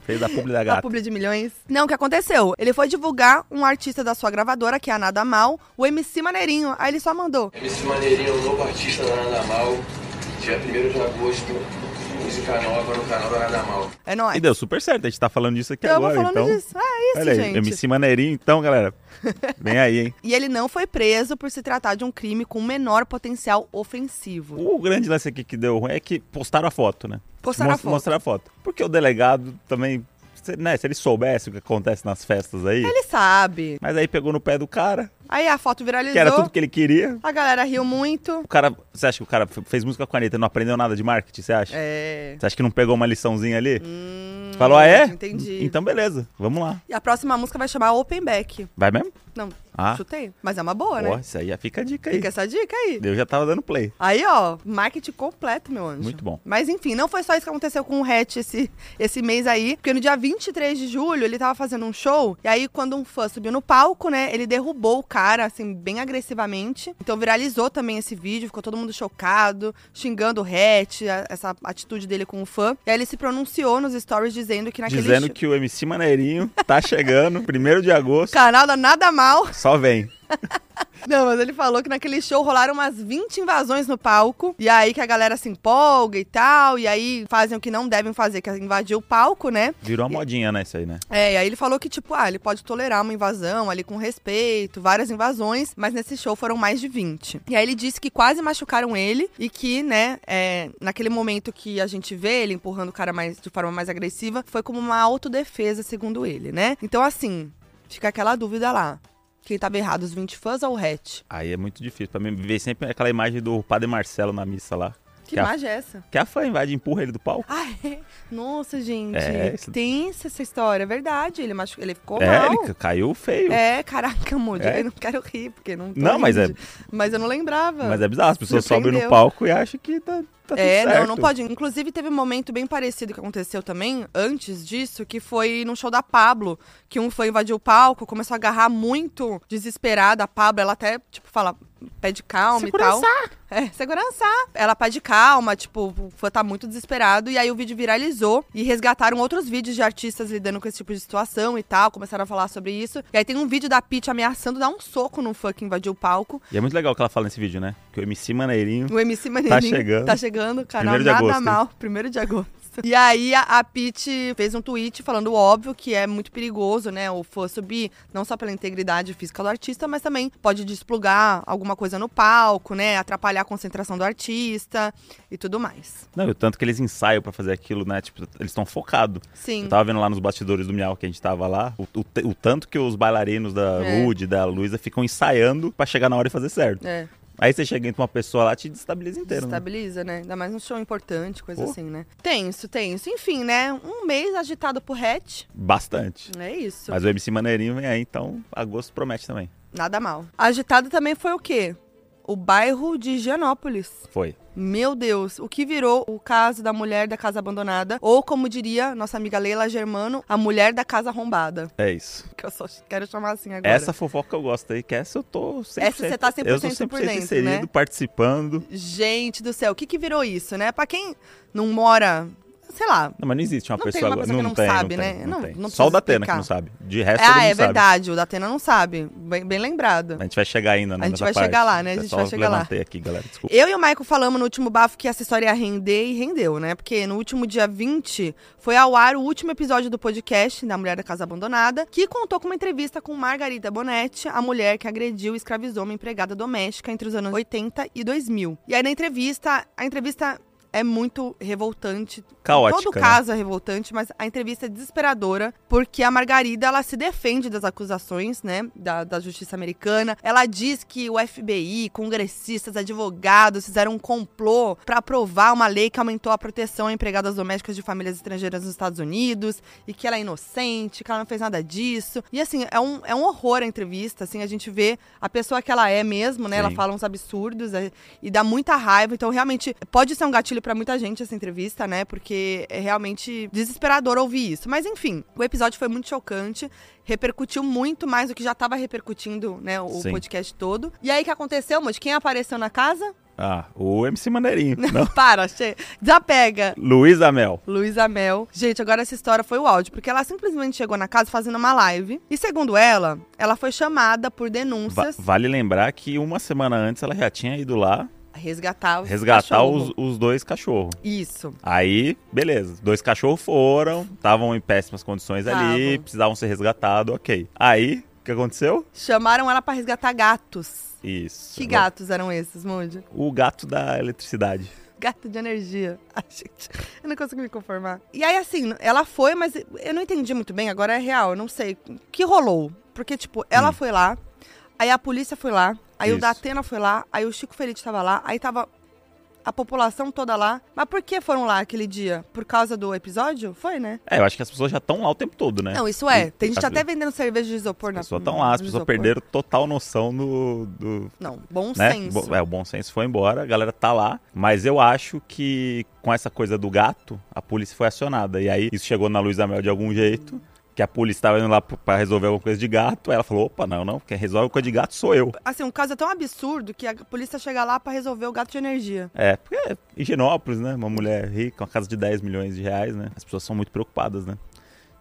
[SPEAKER 2] Fez a publi da
[SPEAKER 1] a
[SPEAKER 2] gata.
[SPEAKER 1] publi de milhões. Não, o que aconteceu? Ele foi divulgar um artista da sua gravadora, que é a Nada Mal, o MC Maneirinho. Aí ele só mandou.
[SPEAKER 7] Esse maneirinho é um novo artista da Nada Mal, dia 1 de agosto, música nova no canal da Nada Mal.
[SPEAKER 1] É nóis.
[SPEAKER 2] E deu super certo, a gente tá falando disso aqui
[SPEAKER 1] Tamo
[SPEAKER 2] agora,
[SPEAKER 1] falando
[SPEAKER 2] então.
[SPEAKER 1] disso. É isso,
[SPEAKER 2] Olha aí,
[SPEAKER 1] gente.
[SPEAKER 2] MC Maneirinho, então, galera. Vem aí, hein?
[SPEAKER 1] E ele não foi preso por se tratar de um crime com menor potencial ofensivo.
[SPEAKER 2] O grande lance aqui que deu ruim é que postaram a foto, né?
[SPEAKER 1] Postaram a
[SPEAKER 2] Mos-
[SPEAKER 1] foto.
[SPEAKER 2] Mostraram a foto. Porque o delegado também, se- né? Se ele soubesse o que acontece nas festas aí.
[SPEAKER 1] Ele sabe.
[SPEAKER 2] Mas aí pegou no pé do cara,
[SPEAKER 1] Aí a foto viralizou.
[SPEAKER 2] que era tudo que ele queria.
[SPEAKER 1] A galera riu muito.
[SPEAKER 2] O cara, você acha que o cara f- fez música com a Anitta e não aprendeu nada de marketing, você acha?
[SPEAKER 1] É.
[SPEAKER 2] Você acha que não pegou uma liçãozinha ali?
[SPEAKER 1] Hum,
[SPEAKER 2] Falou, ah, é?
[SPEAKER 1] Entendi.
[SPEAKER 2] Então, beleza, vamos lá.
[SPEAKER 1] E a próxima música vai chamar Open Back.
[SPEAKER 2] Vai mesmo?
[SPEAKER 1] Não,
[SPEAKER 2] Ah.
[SPEAKER 1] chutei. Mas é uma boa,
[SPEAKER 2] Ó,
[SPEAKER 1] né?
[SPEAKER 2] isso aí já fica a dica aí.
[SPEAKER 1] Fica essa dica aí.
[SPEAKER 2] Eu já tava dando play.
[SPEAKER 1] Aí, ó, marketing completo, meu anjo.
[SPEAKER 2] Muito bom.
[SPEAKER 1] Mas enfim, não foi só isso que aconteceu com o Hatch esse, esse mês aí. Porque no dia 23 de julho, ele tava fazendo um show. E aí, quando um fã subiu no palco, né? Ele derrubou o cara, assim, bem agressivamente. Então viralizou também esse vídeo, ficou todo mundo chocado, xingando o Hatch, a- essa atitude dele com o fã. E aí ele se pronunciou nos stories dizendo que naquele
[SPEAKER 2] Dizendo
[SPEAKER 1] show-
[SPEAKER 2] que o MC Maneirinho tá chegando, 1 de agosto,
[SPEAKER 1] Canal da Nada Mal.
[SPEAKER 2] só vem.
[SPEAKER 1] Não, mas ele falou que naquele show rolaram umas 20 invasões no palco. E aí que a galera se empolga e tal. E aí fazem o que não devem fazer, que é invadir o palco, né?
[SPEAKER 2] Virou uma modinha, né, isso aí, né?
[SPEAKER 1] É, e aí ele falou que, tipo, ah, ele pode tolerar uma invasão ali com respeito, várias invasões, mas nesse show foram mais de 20. E aí ele disse que quase machucaram ele e que, né, é, naquele momento que a gente vê ele empurrando o cara mais, de forma mais agressiva, foi como uma autodefesa, segundo ele, né? Então, assim, fica aquela dúvida lá. Quem tava errado, os 20 fãs ou o Hatch?
[SPEAKER 2] Aí é muito difícil pra mim ver sempre aquela imagem do Padre Marcelo na missa lá.
[SPEAKER 1] Que
[SPEAKER 2] a-
[SPEAKER 1] imagem é essa?
[SPEAKER 2] Que a fã invade e empurra ele do palco.
[SPEAKER 1] Ah, é? Nossa, gente.
[SPEAKER 2] É, isso-
[SPEAKER 1] Tensa essa história, é verdade. Ele, machu... ele ficou
[SPEAKER 2] é,
[SPEAKER 1] mal.
[SPEAKER 2] ele ca- caiu feio.
[SPEAKER 1] É, caraca, amor.
[SPEAKER 2] É.
[SPEAKER 1] Eu não quero rir, porque não tô
[SPEAKER 2] Não, mas é
[SPEAKER 1] rindo. Mas eu não lembrava.
[SPEAKER 2] Mas é bizarro, as pessoas sobem
[SPEAKER 1] Surpreendeu.
[SPEAKER 2] no palco e acham que tá, tá tudo
[SPEAKER 1] É,
[SPEAKER 2] certo.
[SPEAKER 1] não, não pode. Inclusive, teve um momento bem parecido que aconteceu também, antes disso, que foi no show da Pablo, que um fã invadiu o palco, começou a agarrar muito desesperada a Pablo. Ela até, tipo, fala, pede calma e tal. É, segurança! Ela pede calma, tipo, o fã tá muito desesperado. E aí o vídeo viralizou e resgataram outros vídeos de artistas lidando com esse tipo de situação e tal. Começaram a falar sobre isso. E aí tem um vídeo da Pitty ameaçando dar um soco num fã que invadiu o palco.
[SPEAKER 2] E é muito legal o que ela fala nesse vídeo, né? Que o MC Maneirinho
[SPEAKER 1] O MC Maneirinho
[SPEAKER 2] chegando.
[SPEAKER 1] tá chegando, canal
[SPEAKER 2] Primeiro de
[SPEAKER 1] Nada
[SPEAKER 2] agosto, hein?
[SPEAKER 1] Mal, primeiro de agosto. E aí a, a Pete fez um tweet falando o óbvio que é muito perigoso, né? O fã subir, não só pela integridade física do artista, mas também pode desplugar alguma coisa no palco, né? Atrapalhar a concentração do artista e tudo mais.
[SPEAKER 2] Não, e o tanto que eles ensaiam pra fazer aquilo, né? Tipo, eles estão focados.
[SPEAKER 1] Sim.
[SPEAKER 2] Eu tava vendo lá nos bastidores do Miau que a gente tava lá, o, o te- o tanto que os bailarinos da
[SPEAKER 1] É.
[SPEAKER 2] Rude, da Luísa, ficam ensaiando pra chegar na hora e fazer certo.
[SPEAKER 1] É,
[SPEAKER 2] Aí você chega entre uma pessoa lá, te destabiliza inteiro. né?
[SPEAKER 1] estabiliza, né? Ainda mais um show importante, coisa
[SPEAKER 2] Pô.
[SPEAKER 1] assim, né? Tenso, tenso. Enfim, né? Um mês agitado por hatch.
[SPEAKER 2] Bastante.
[SPEAKER 1] É isso.
[SPEAKER 2] Mas o MC Maneirinho vem aí, então agosto promete também.
[SPEAKER 1] Nada mal. Agitado também foi o quê? O bairro de Gianópolis.
[SPEAKER 2] Foi.
[SPEAKER 1] Meu Deus, o que virou o caso da mulher da casa abandonada, ou como diria nossa amiga Leila Germano, a mulher da casa arrombada,
[SPEAKER 2] É isso.
[SPEAKER 1] que eu só quero chamar assim agora.
[SPEAKER 2] Essa fofoca eu gosto aí, que essa eu tô 100%.
[SPEAKER 1] Essa você tá 100%
[SPEAKER 2] eu tô
[SPEAKER 1] por dentro,
[SPEAKER 2] inserido,
[SPEAKER 1] né?
[SPEAKER 2] participando.
[SPEAKER 1] Gente do céu, o que que virou isso, né? Pra quem não mora, sei lá.
[SPEAKER 2] Não, mas não existe uma
[SPEAKER 1] Não tem
[SPEAKER 2] pessoa
[SPEAKER 1] uma
[SPEAKER 2] agora.
[SPEAKER 1] pessoa que
[SPEAKER 2] não
[SPEAKER 1] não
[SPEAKER 2] tem,
[SPEAKER 1] sabe,
[SPEAKER 2] não tem,
[SPEAKER 1] né?
[SPEAKER 2] Não,
[SPEAKER 1] Não-
[SPEAKER 2] tem.
[SPEAKER 1] não
[SPEAKER 2] Só
[SPEAKER 1] precisa
[SPEAKER 2] o Datena que
[SPEAKER 1] explicar.
[SPEAKER 2] não sabe. De resto, todo
[SPEAKER 1] Ah,
[SPEAKER 2] mundo
[SPEAKER 1] é
[SPEAKER 2] sabe.
[SPEAKER 1] verdade, o Datena não sabe. Bem, bem lembrado.
[SPEAKER 2] A gente vai chegar ainda
[SPEAKER 1] A gente
[SPEAKER 2] nessa
[SPEAKER 1] vai
[SPEAKER 2] parte.
[SPEAKER 1] chegar lá, né? A
[SPEAKER 2] Eu
[SPEAKER 1] gente
[SPEAKER 2] só
[SPEAKER 1] vai chegar lá.
[SPEAKER 2] levantei aqui, galera. Desculpa.
[SPEAKER 1] Eu e o Maico falamos no último bafo que essa história ia render e rendeu, né? Porque no último dia 20 foi ao ar o último episódio do podcast da Mulher da Casa Abandonada, que contou com uma entrevista com Margarida Bonetti, a mulher que agrediu e escravizou uma empregada doméstica entre os anos 80 e 2000. E aí na entrevista, a entrevista é muito revoltante.
[SPEAKER 2] Caótica,
[SPEAKER 1] Todo
[SPEAKER 2] né?
[SPEAKER 1] caso é revoltante, mas a entrevista é desesperadora, porque a Margarida, ela se defende das acusações, né, da, da justiça americana. Ela diz que o FBI, congressistas, advogados fizeram um complô para aprovar uma lei que aumentou a proteção a empregadas domésticas de famílias estrangeiras nos Estados Unidos e que ela é inocente, que ela não fez nada disso. E assim, é um, é um horror a entrevista, assim, a gente vê a pessoa que ela é mesmo, né, ela
[SPEAKER 2] Sim.
[SPEAKER 1] fala uns absurdos é, e dá muita raiva. Então, realmente, pode ser um gatilho pra muita gente essa entrevista, né? Porque é realmente desesperador ouvir isso. Mas, enfim, o episódio foi muito chocante, repercutiu muito mais do que já tava repercutindo, né? O
[SPEAKER 2] Sim.
[SPEAKER 1] podcast todo. E aí, o que aconteceu, Moody? Quem apareceu na casa?
[SPEAKER 2] Ah, o MC Maneirinho. Não.
[SPEAKER 1] Para, che... desapega.
[SPEAKER 2] Luísa Mel.
[SPEAKER 1] Luísa Mel. Gente, agora essa história foi o áudio, porque ela simplesmente chegou na casa fazendo uma live. E segundo ela, ela foi chamada por
[SPEAKER 2] Va-
[SPEAKER 1] denúncias
[SPEAKER 2] vale lembrar que uma semana antes ela já tinha ido lá
[SPEAKER 1] a resgatar os
[SPEAKER 2] resgatar
[SPEAKER 1] cachorros.
[SPEAKER 2] os, os dois cachorros.
[SPEAKER 1] Isso.
[SPEAKER 2] Aí, beleza. Dois cachorros foram, estavam em péssimas condições ali,
[SPEAKER 1] Tavam.
[SPEAKER 2] precisavam ser resgatados, ok. Aí, o que aconteceu?
[SPEAKER 1] Chamaram ela pra resgatar gatos.
[SPEAKER 2] Isso.
[SPEAKER 1] Que gatos eram esses, Mude?
[SPEAKER 2] O gato da eletricidade.
[SPEAKER 1] Gato de energia. Ai, gente, eu não consigo me conformar. E aí, assim, ela foi, mas eu não entendi muito bem, agora é real, eu não sei. O que rolou? Porque, tipo, ela foi lá, aí a polícia foi lá, aí o
[SPEAKER 2] Hum. Isso.
[SPEAKER 1] Datena foi lá, aí o Chico Feliz tava lá, aí tava a população toda lá. Mas por que foram lá aquele dia? Por causa do episódio? Foi, né?
[SPEAKER 2] É, eu acho que as pessoas já estão lá o tempo todo, né?
[SPEAKER 1] Não, isso é.
[SPEAKER 2] E-
[SPEAKER 1] Tem gente
[SPEAKER 2] as-
[SPEAKER 1] até né? vendendo cerveja de isopor na
[SPEAKER 2] As pessoas estão lá, as
[SPEAKER 1] no
[SPEAKER 2] pessoas
[SPEAKER 1] isopor.
[SPEAKER 2] perderam total noção do. do
[SPEAKER 1] Não, bom
[SPEAKER 2] né?
[SPEAKER 1] senso.
[SPEAKER 2] Bo- É, o bom senso foi embora, a galera tá lá. Mas eu acho que com essa coisa do gato, a polícia foi acionada. E aí isso chegou na Luísa Mel de algum jeito. Que a polícia tava indo lá p- pra resolver alguma coisa de gato. Aí ela falou: opa, não, não, quem resolve coisa de gato sou eu.
[SPEAKER 1] Assim, um caso é tão absurdo que a polícia chega lá pra resolver o gato de energia.
[SPEAKER 2] É, porque é Higienópolis, né? Uma mulher rica, uma casa de 10 milhões de reais, né? As pessoas são muito preocupadas, né?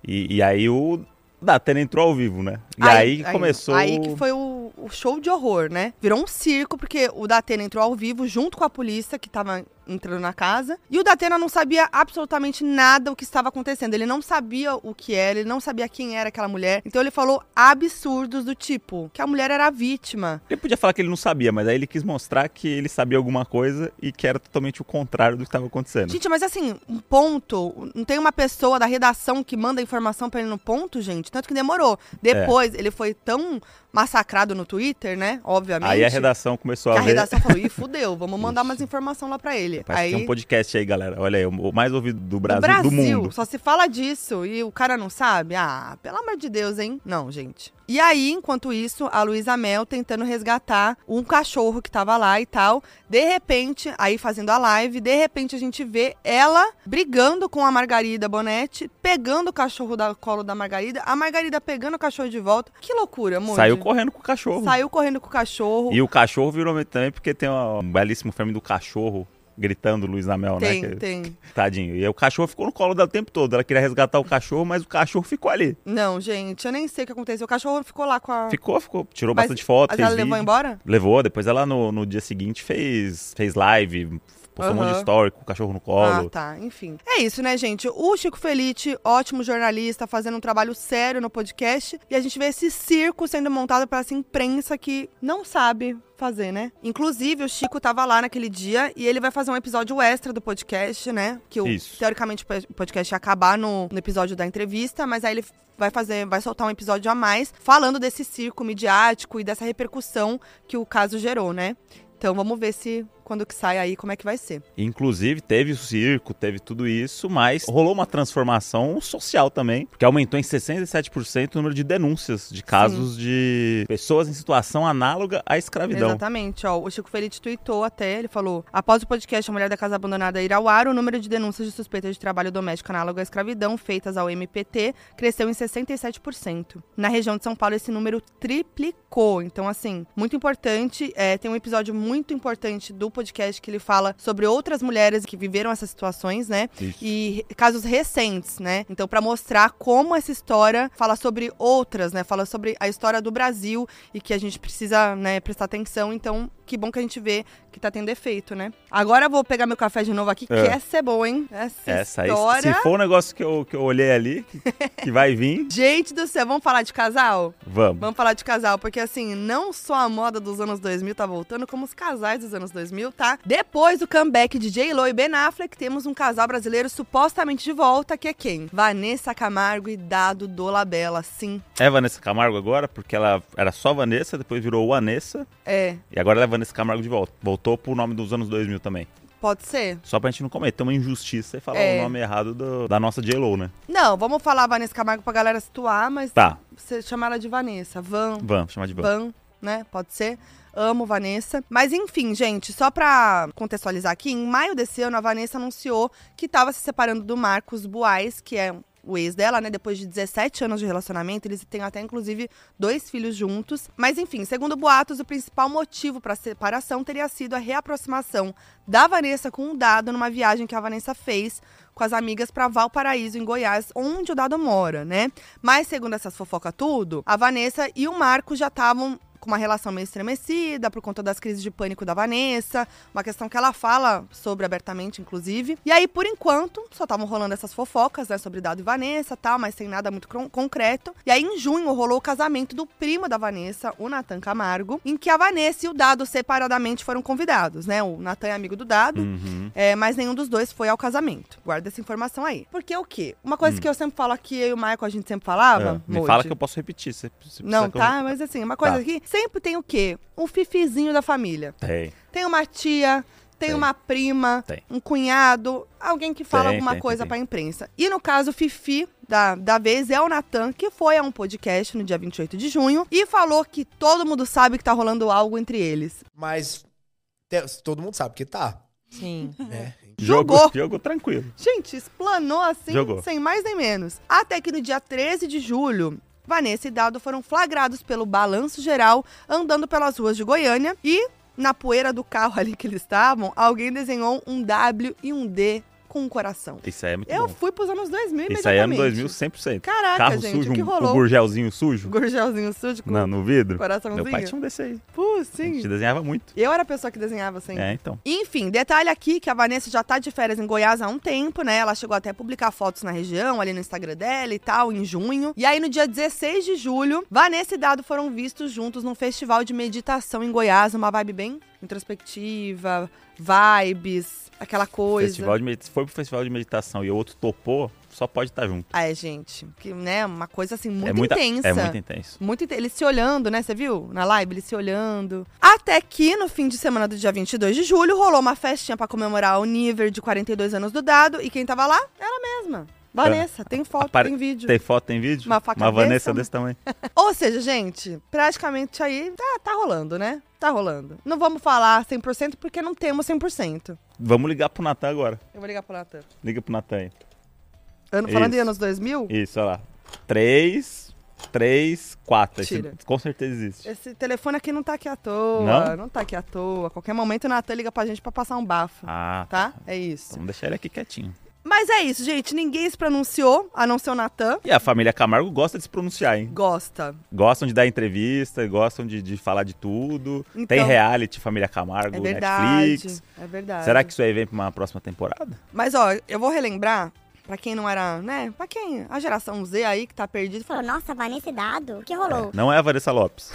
[SPEAKER 2] E, e aí o Datena entrou ao vivo, né? E aí, que começou.
[SPEAKER 1] Aí que foi o, o show de horror, né? Virou um circo, porque o Datena entrou ao vivo junto com a polícia que tava entrando na casa. E o Datena não sabia absolutamente nada o que estava acontecendo. Ele não sabia o que era, ele não sabia quem era aquela mulher. Então ele falou absurdos do tipo que a mulher era a vítima.
[SPEAKER 2] Ele podia falar que ele não sabia, mas aí ele quis mostrar que ele sabia alguma coisa e que era totalmente o contrário do que estava acontecendo.
[SPEAKER 1] Gente, mas assim, um ponto. Não tem uma pessoa da redação que manda informação pra ele no ponto, gente? Tanto que demorou.
[SPEAKER 2] É.
[SPEAKER 1] Depois, ele foi tão massacrado no Twitter, né? Obviamente.
[SPEAKER 2] Aí a redação começou
[SPEAKER 1] Que
[SPEAKER 2] a,
[SPEAKER 1] a
[SPEAKER 2] ver.
[SPEAKER 1] redação falou, ih, fudeu, vamos mandar
[SPEAKER 2] Ixi.
[SPEAKER 1] umas informações lá pra ele.
[SPEAKER 2] Parece
[SPEAKER 1] aí,
[SPEAKER 2] que tem um podcast aí, galera. Olha aí, o mais ouvido do
[SPEAKER 1] do
[SPEAKER 2] Brasil, do, mundo.
[SPEAKER 1] só se fala disso e o cara não sabe? Ah, pelo amor de Deus, hein? Não, gente. E aí, enquanto isso, a Luísa Mel tentando resgatar um cachorro que tava lá e tal. De repente, aí fazendo a live, de repente a gente vê ela brigando com a Margarida Bonetti, pegando o cachorro da colo da Margarida, a Margarida pegando o cachorro de volta. Que loucura, amor.
[SPEAKER 2] Saiu correndo com o cachorro.
[SPEAKER 1] Saiu correndo com o cachorro.
[SPEAKER 2] E o cachorro virou meme também, porque tem uma- um belíssimo filme do cachorro gritando Luiz Namel,
[SPEAKER 1] tem,
[SPEAKER 2] né? Que-
[SPEAKER 1] tem.
[SPEAKER 2] Tadinho. E aí o cachorro ficou no colo dela o tempo todo. Ela queria resgatar o cachorro, mas o cachorro ficou ali.
[SPEAKER 1] Não, gente, eu nem sei o que aconteceu. O cachorro ficou lá com a.
[SPEAKER 2] Ficou, ficou. Tirou
[SPEAKER 1] Mas-
[SPEAKER 2] bastante foto,
[SPEAKER 1] Mas
[SPEAKER 2] fez
[SPEAKER 1] ela levou
[SPEAKER 2] vídeo.
[SPEAKER 1] embora?
[SPEAKER 2] Levou, depois ela no, no dia seguinte fez, fez live, Postou um monte de
[SPEAKER 1] Aham.
[SPEAKER 2] story com o cachorro no colo.
[SPEAKER 1] Ah, tá. Enfim. É isso, né, gente? O Chico Felite, ótimo jornalista, fazendo um trabalho sério no podcast. E a gente vê esse circo sendo montado pra essa imprensa que não sabe fazer, né? Inclusive, o Chico tava lá naquele dia e ele vai fazer um episódio extra do podcast, né? Que o,
[SPEAKER 2] Isso.
[SPEAKER 1] teoricamente o podcast ia acabar no, no episódio da entrevista, mas aí ele vai fazer, vai soltar um episódio a mais falando desse circo midiático e dessa repercussão que o caso gerou, né? Então vamos ver se quando que sai aí como é que vai ser.
[SPEAKER 2] Inclusive, teve o circo, teve tudo isso, mas rolou uma transformação social também, porque aumentou em 67% o número de denúncias de casos de pessoas em situação análoga à escravidão.
[SPEAKER 1] Exatamente, ó. O Chico Felite tweetou até, ele falou: após o podcast A Mulher da Casa Abandonada ir ao ar, o número de denúncias de suspeitas de trabalho doméstico análogo à escravidão feitas ao MPT cresceu em 67%. Na região de São Paulo, esse número triplicou. Então, assim, muito importante. É, tem um episódio muito importante do podcast que ele fala sobre outras mulheres que viveram essas situações, né?
[SPEAKER 2] Isso.
[SPEAKER 1] e casos recentes, né? Então, pra mostrar como essa história fala sobre outras, né? Fala sobre a história do Brasil e que a gente precisa, né, prestar atenção. Então, que bom que a gente vê que tá tendo efeito, né? Agora eu vou pegar meu café de novo aqui,
[SPEAKER 2] É.
[SPEAKER 1] que essa é boa, hein? Essa,
[SPEAKER 2] Essa aí,
[SPEAKER 1] história.
[SPEAKER 2] se for um negócio que eu, que eu olhei ali, que, que vai vir,
[SPEAKER 1] Gente do céu, vamos falar de casal?
[SPEAKER 2] vamos.
[SPEAKER 1] Vamos falar de casal, porque assim, não só a moda dos anos 2000 tá voltando, como os casais dos anos 2000, tá? Depois do comeback de J-Lo e Ben Affleck, temos um casal brasileiro supostamente de volta, que é quem? Vanessa Camargo e Dado Dolabella, sim.
[SPEAKER 2] É Vanessa Camargo agora, porque ela era só Vanessa, depois virou Vanessa,
[SPEAKER 1] É,
[SPEAKER 2] e agora ela é Vanessa Camargo de volta. Voltou pro nome dos anos 2000 também.
[SPEAKER 1] pode ser?
[SPEAKER 2] Só pra gente não cometer uma injustiça e falar
[SPEAKER 1] É.
[SPEAKER 2] o nome errado do- da nossa J-Lo, né?
[SPEAKER 1] Não, vamos falar Vanessa Camargo pra galera situar, mas
[SPEAKER 2] Tá,
[SPEAKER 1] você chama ela de Vanessa, Van,
[SPEAKER 2] vamos chamar de Van.
[SPEAKER 1] Van, né? Pode ser. Amo Vanessa. Mas enfim, gente, só pra contextualizar aqui, em maio desse ano, a Vanessa anunciou que tava se separando do Marcos Buais, que é o ex dela, né? Depois de 17 anos de relacionamento, eles têm até, inclusive, dois filhos juntos. Mas enfim, segundo boatos, o principal motivo pra separação teria sido a reaproximação da Vanessa com o Dado numa viagem que a Vanessa fez com as amigas pra Valparaíso, em Goiás, onde o Dado mora, né? Mas, segundo essas fofocas tudo, a Vanessa e o Marco já estavam com uma relação meio estremecida por conta das crises de pânico da Vanessa, uma questão que ela fala sobre abertamente, inclusive. E aí, por enquanto, só estavam rolando essas fofocas, né, sobre Dado e Vanessa e tal, mas sem nada muito cron- concreto. E aí, em junho, rolou o casamento do primo da Vanessa, o Natan Camargo, em que a Vanessa e o Dado separadamente foram convidados, né? O Natan é amigo do Dado,
[SPEAKER 2] Uhum.
[SPEAKER 1] é, mas nenhum dos dois foi ao casamento. Guarda essa informação aí. Porque o quê? Uma coisa que eu sempre falo aqui, eu e o Michael, a gente sempre falava.
[SPEAKER 2] Hum. É, me
[SPEAKER 1] Moody.
[SPEAKER 2] fala que eu posso repetir. Se, se
[SPEAKER 1] Não,
[SPEAKER 2] precisar que
[SPEAKER 1] tá? Mas assim, uma coisa
[SPEAKER 2] Tá.
[SPEAKER 1] aqui. Sempre tem o quê? Um fifizinho da família.
[SPEAKER 2] Eu... Tem.
[SPEAKER 1] Tem uma tia, tem,
[SPEAKER 2] Tem.
[SPEAKER 1] uma prima,
[SPEAKER 2] Tem.
[SPEAKER 1] um cunhado, alguém que fala
[SPEAKER 2] Tem,
[SPEAKER 1] alguma
[SPEAKER 2] tem,
[SPEAKER 1] coisa
[SPEAKER 2] tem,
[SPEAKER 1] pra
[SPEAKER 2] tem.
[SPEAKER 1] imprensa. E no caso, o Fifi da, da vez é o Natan, que foi a um podcast no dia 28 de junho e falou que todo mundo sabe que tá rolando algo entre eles.
[SPEAKER 8] Mas te- todo mundo sabe que tá.
[SPEAKER 9] Sim.
[SPEAKER 8] Né?
[SPEAKER 1] Jogou.
[SPEAKER 2] Jogo, jogo tranquilo.
[SPEAKER 1] Gente, explanou assim,
[SPEAKER 2] Jogou.
[SPEAKER 1] sem mais nem menos. Até que no dia 13 de julho, Vanessa e Dado foram flagrados pelo balanço geral andando pelas ruas de Goiânia e, na poeira do carro ali que eles estavam, alguém desenhou um W e um D com um coração.
[SPEAKER 2] Isso aí é muito
[SPEAKER 1] Eu
[SPEAKER 2] bom.
[SPEAKER 1] fui pros anos 2000
[SPEAKER 2] Isso aí é ano
[SPEAKER 1] imediatamente.
[SPEAKER 2] 2000 100%.
[SPEAKER 1] Caraca,
[SPEAKER 2] Carro
[SPEAKER 1] gente,
[SPEAKER 2] sujo,
[SPEAKER 1] o que
[SPEAKER 2] um, um
[SPEAKER 1] rolou?
[SPEAKER 2] burgelzinho sujo
[SPEAKER 1] Gorgelzinho sujo com
[SPEAKER 2] na, no vidro.
[SPEAKER 1] coraçãozinho.
[SPEAKER 2] Meu pai tinha um desse aí.
[SPEAKER 1] Pô,
[SPEAKER 2] A gente
[SPEAKER 1] sim.
[SPEAKER 2] desenhava muito.
[SPEAKER 1] Eu era a pessoa que desenhava assim.
[SPEAKER 2] É, então.
[SPEAKER 1] Enfim, detalhe aqui que a Vanessa já tá de férias em Goiás há um tempo, né? Ela chegou até a publicar fotos na região, ali no Instagram dela e tal, em junho. E aí, no dia 16 de julho, Vanessa e Dado foram vistos juntos num festival de meditação em Goiás, uma vibe bem introspectiva, vibes, aquela coisa.
[SPEAKER 2] Festival de medita- Se foi pro festival de meditação e o outro topou, só pode estar junto.
[SPEAKER 1] Ah, é, gente, que, né, uma coisa assim muito
[SPEAKER 2] é muita-
[SPEAKER 1] intensa.
[SPEAKER 2] É muito intenso.
[SPEAKER 1] Muito inte- Eles se olhando, né? Você viu? Na live, eles se olhando. Até que, no fim de semana do dia 22 de julho, rolou uma festinha pra comemorar o nível de 42 anos do Dado. E quem tava lá? Ela mesma. Vanessa. Tem foto,
[SPEAKER 2] É. Apare-
[SPEAKER 1] tem vídeo.
[SPEAKER 2] Tem foto, tem vídeo?
[SPEAKER 1] Uma faca dessa,
[SPEAKER 2] Vanessa
[SPEAKER 1] né?
[SPEAKER 2] desse tamanho.
[SPEAKER 1] Ou seja, gente, praticamente aí tá, tá rolando, né? Tá rolando. Não vamos falar 100% porque não temos 100%.
[SPEAKER 2] Vamos ligar pro Natan agora.
[SPEAKER 1] Eu vou ligar pro Natan.
[SPEAKER 2] Liga pro Natan aí.
[SPEAKER 1] Ano, falando
[SPEAKER 2] Isso.
[SPEAKER 1] em anos 2000,
[SPEAKER 2] Isso, olha lá. Três, três, quatro. Esse-
[SPEAKER 1] Tira.
[SPEAKER 2] com certeza existe.
[SPEAKER 1] esse telefone aqui não tá aqui à toa.
[SPEAKER 2] Não?
[SPEAKER 1] tá aqui à toa. Qualquer momento o Natan liga pra gente pra passar um bafo.
[SPEAKER 2] Ah,
[SPEAKER 1] Tá? É isso.
[SPEAKER 2] Vamos deixar ele aqui quietinho.
[SPEAKER 1] Mas é isso, gente. Ninguém se pronunciou, a não ser o Natan.
[SPEAKER 2] E a família Camargo gosta de se pronunciar, hein?
[SPEAKER 1] Gosta.
[SPEAKER 2] Gostam de dar entrevista, gostam de, de falar de tudo.
[SPEAKER 1] Então-
[SPEAKER 2] Tem reality, família Camargo,
[SPEAKER 1] É verdade.
[SPEAKER 2] Netflix.
[SPEAKER 1] É verdade.
[SPEAKER 2] Será que isso aí vem pra uma próxima temporada?
[SPEAKER 1] Mas ó, eu vou relembrar, pra quem não era, né? Pra quem. A geração Z aí que tá perdido.
[SPEAKER 3] Falou, nossa, Vanessa e Dado, o que rolou?
[SPEAKER 2] Não é a Vanessa Lopes.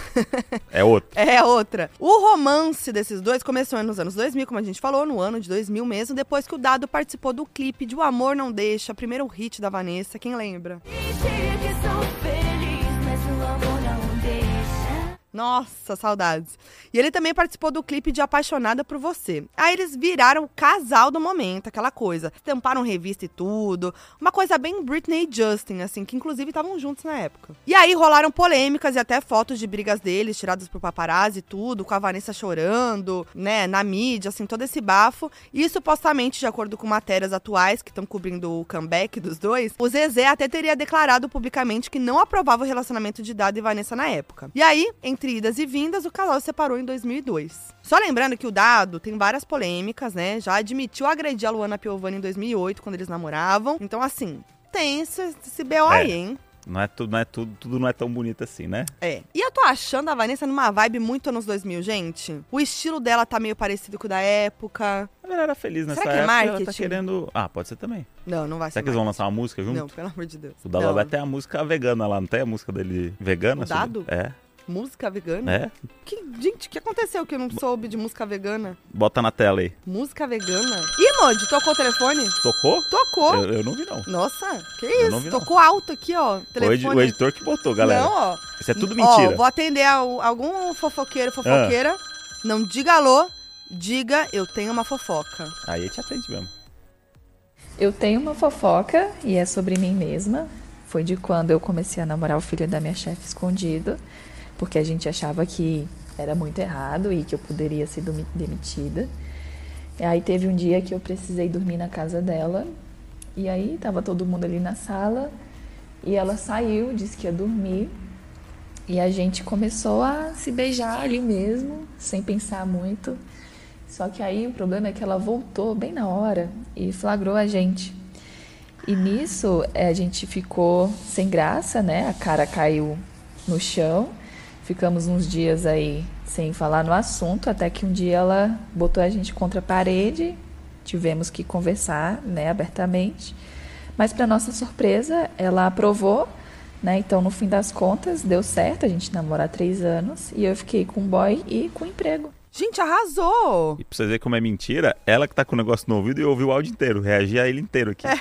[SPEAKER 2] é outra.
[SPEAKER 1] É outra. O romance desses dois começou nos anos 2000, como a gente falou, no ano de 2000 mesmo, depois que o Dado participou do clipe de O Amor Não Deixa, primeiro hit da Vanessa, quem lembra? Nossa, saudades. E ele também participou do clipe de Apaixonada por Você. Aí eles viraram o casal do momento, aquela coisa. Estamparam revista e tudo. Uma coisa bem Britney e Justin, assim, que inclusive estavam juntos na época. E aí rolaram polêmicas e até fotos de brigas deles, tiradas por paparazzi e tudo, com a Vanessa chorando, né, na mídia, assim, todo esse bafo. E supostamente, de acordo com matérias atuais que estão cobrindo o comeback dos dois, o Zezé até teria declarado publicamente que não aprovava o relacionamento de Dado e Vanessa na época. E aí, entre idas e vindas, o casal se separou em 2002. Só lembrando que o Dado tem várias polêmicas, né? Já admitiu agredir a Luana Piovani em 2008, quando eles namoravam. Então, assim, tem esse, esse BO aí,
[SPEAKER 2] É.
[SPEAKER 1] hein?
[SPEAKER 2] Não é tudo, não é tudo, tudo não é tão bonito assim, né?
[SPEAKER 1] É. E eu tô achando a Vanessa numa vibe muito anos 2000, gente. O estilo dela tá meio parecido com o da época.
[SPEAKER 2] A galera era feliz nessa
[SPEAKER 1] Será que é
[SPEAKER 2] época. ela
[SPEAKER 1] marketing?
[SPEAKER 2] Tá querendo. Ah, pode ser também.
[SPEAKER 1] Não, não vai ser.
[SPEAKER 2] Será que eles vão lançar uma música junto?
[SPEAKER 1] Não, pelo amor de Deus.
[SPEAKER 2] O Dado
[SPEAKER 1] Não.
[SPEAKER 2] vai ter a música vegana lá, não tem a música dele vegana?
[SPEAKER 1] O Dado?
[SPEAKER 2] É,
[SPEAKER 1] Música vegana?
[SPEAKER 2] é.
[SPEAKER 1] Que, gente, o que aconteceu que eu não soube de música vegana?
[SPEAKER 2] Bota na tela aí.
[SPEAKER 1] Música vegana? Ih, Modi, tocou o telefone?
[SPEAKER 2] Tocou?
[SPEAKER 1] Tocou.
[SPEAKER 2] Eu, eu não vi, não.
[SPEAKER 1] Nossa, que
[SPEAKER 2] Eu não
[SPEAKER 1] isso?
[SPEAKER 2] vi, não.
[SPEAKER 1] Tocou alto aqui, ó.
[SPEAKER 2] Foi o edi- o
[SPEAKER 1] Telefone. é-
[SPEAKER 2] editor que botou, galera.
[SPEAKER 1] Não, ó.
[SPEAKER 2] Isso é tudo
[SPEAKER 1] Ó,
[SPEAKER 2] mentira. Ah.
[SPEAKER 1] vou atender a o- algum fofoqueiro, fofoqueira. Não diga alô, diga eu tenho uma fofoca.
[SPEAKER 2] Aí te atende mesmo.
[SPEAKER 9] Eu tenho uma fofoca e é sobre mim mesma. Foi de quando eu comecei a namorar o filho da minha chefe escondido, porque a gente achava que era muito errado e que eu poderia ser demi- demitida. E aí teve um dia que eu precisei dormir na casa dela, e aí tava todo mundo ali na sala, e ela saiu, disse que ia dormir, e a gente começou a se beijar ali mesmo, sem pensar muito. Só que aí o problema é que ela voltou bem na hora e flagrou a gente. E nisso eh, a gente ficou sem graça, né? A cara caiu no chão. Ficamos uns dias aí sem falar no assunto, até que um dia ela botou a gente contra a parede. Tivemos que conversar, né, abertamente. Mas para nossa surpresa, ela aprovou, né? Então, no fim das contas, deu certo. A gente namora há três anos e eu fiquei com um boy e com emprego.
[SPEAKER 1] Gente, arrasou!
[SPEAKER 2] E pra vocês verem como é mentira, ela que tá com o negócio no ouvido e ouviu o áudio inteiro. Reagir a ele inteiro aqui.
[SPEAKER 1] É.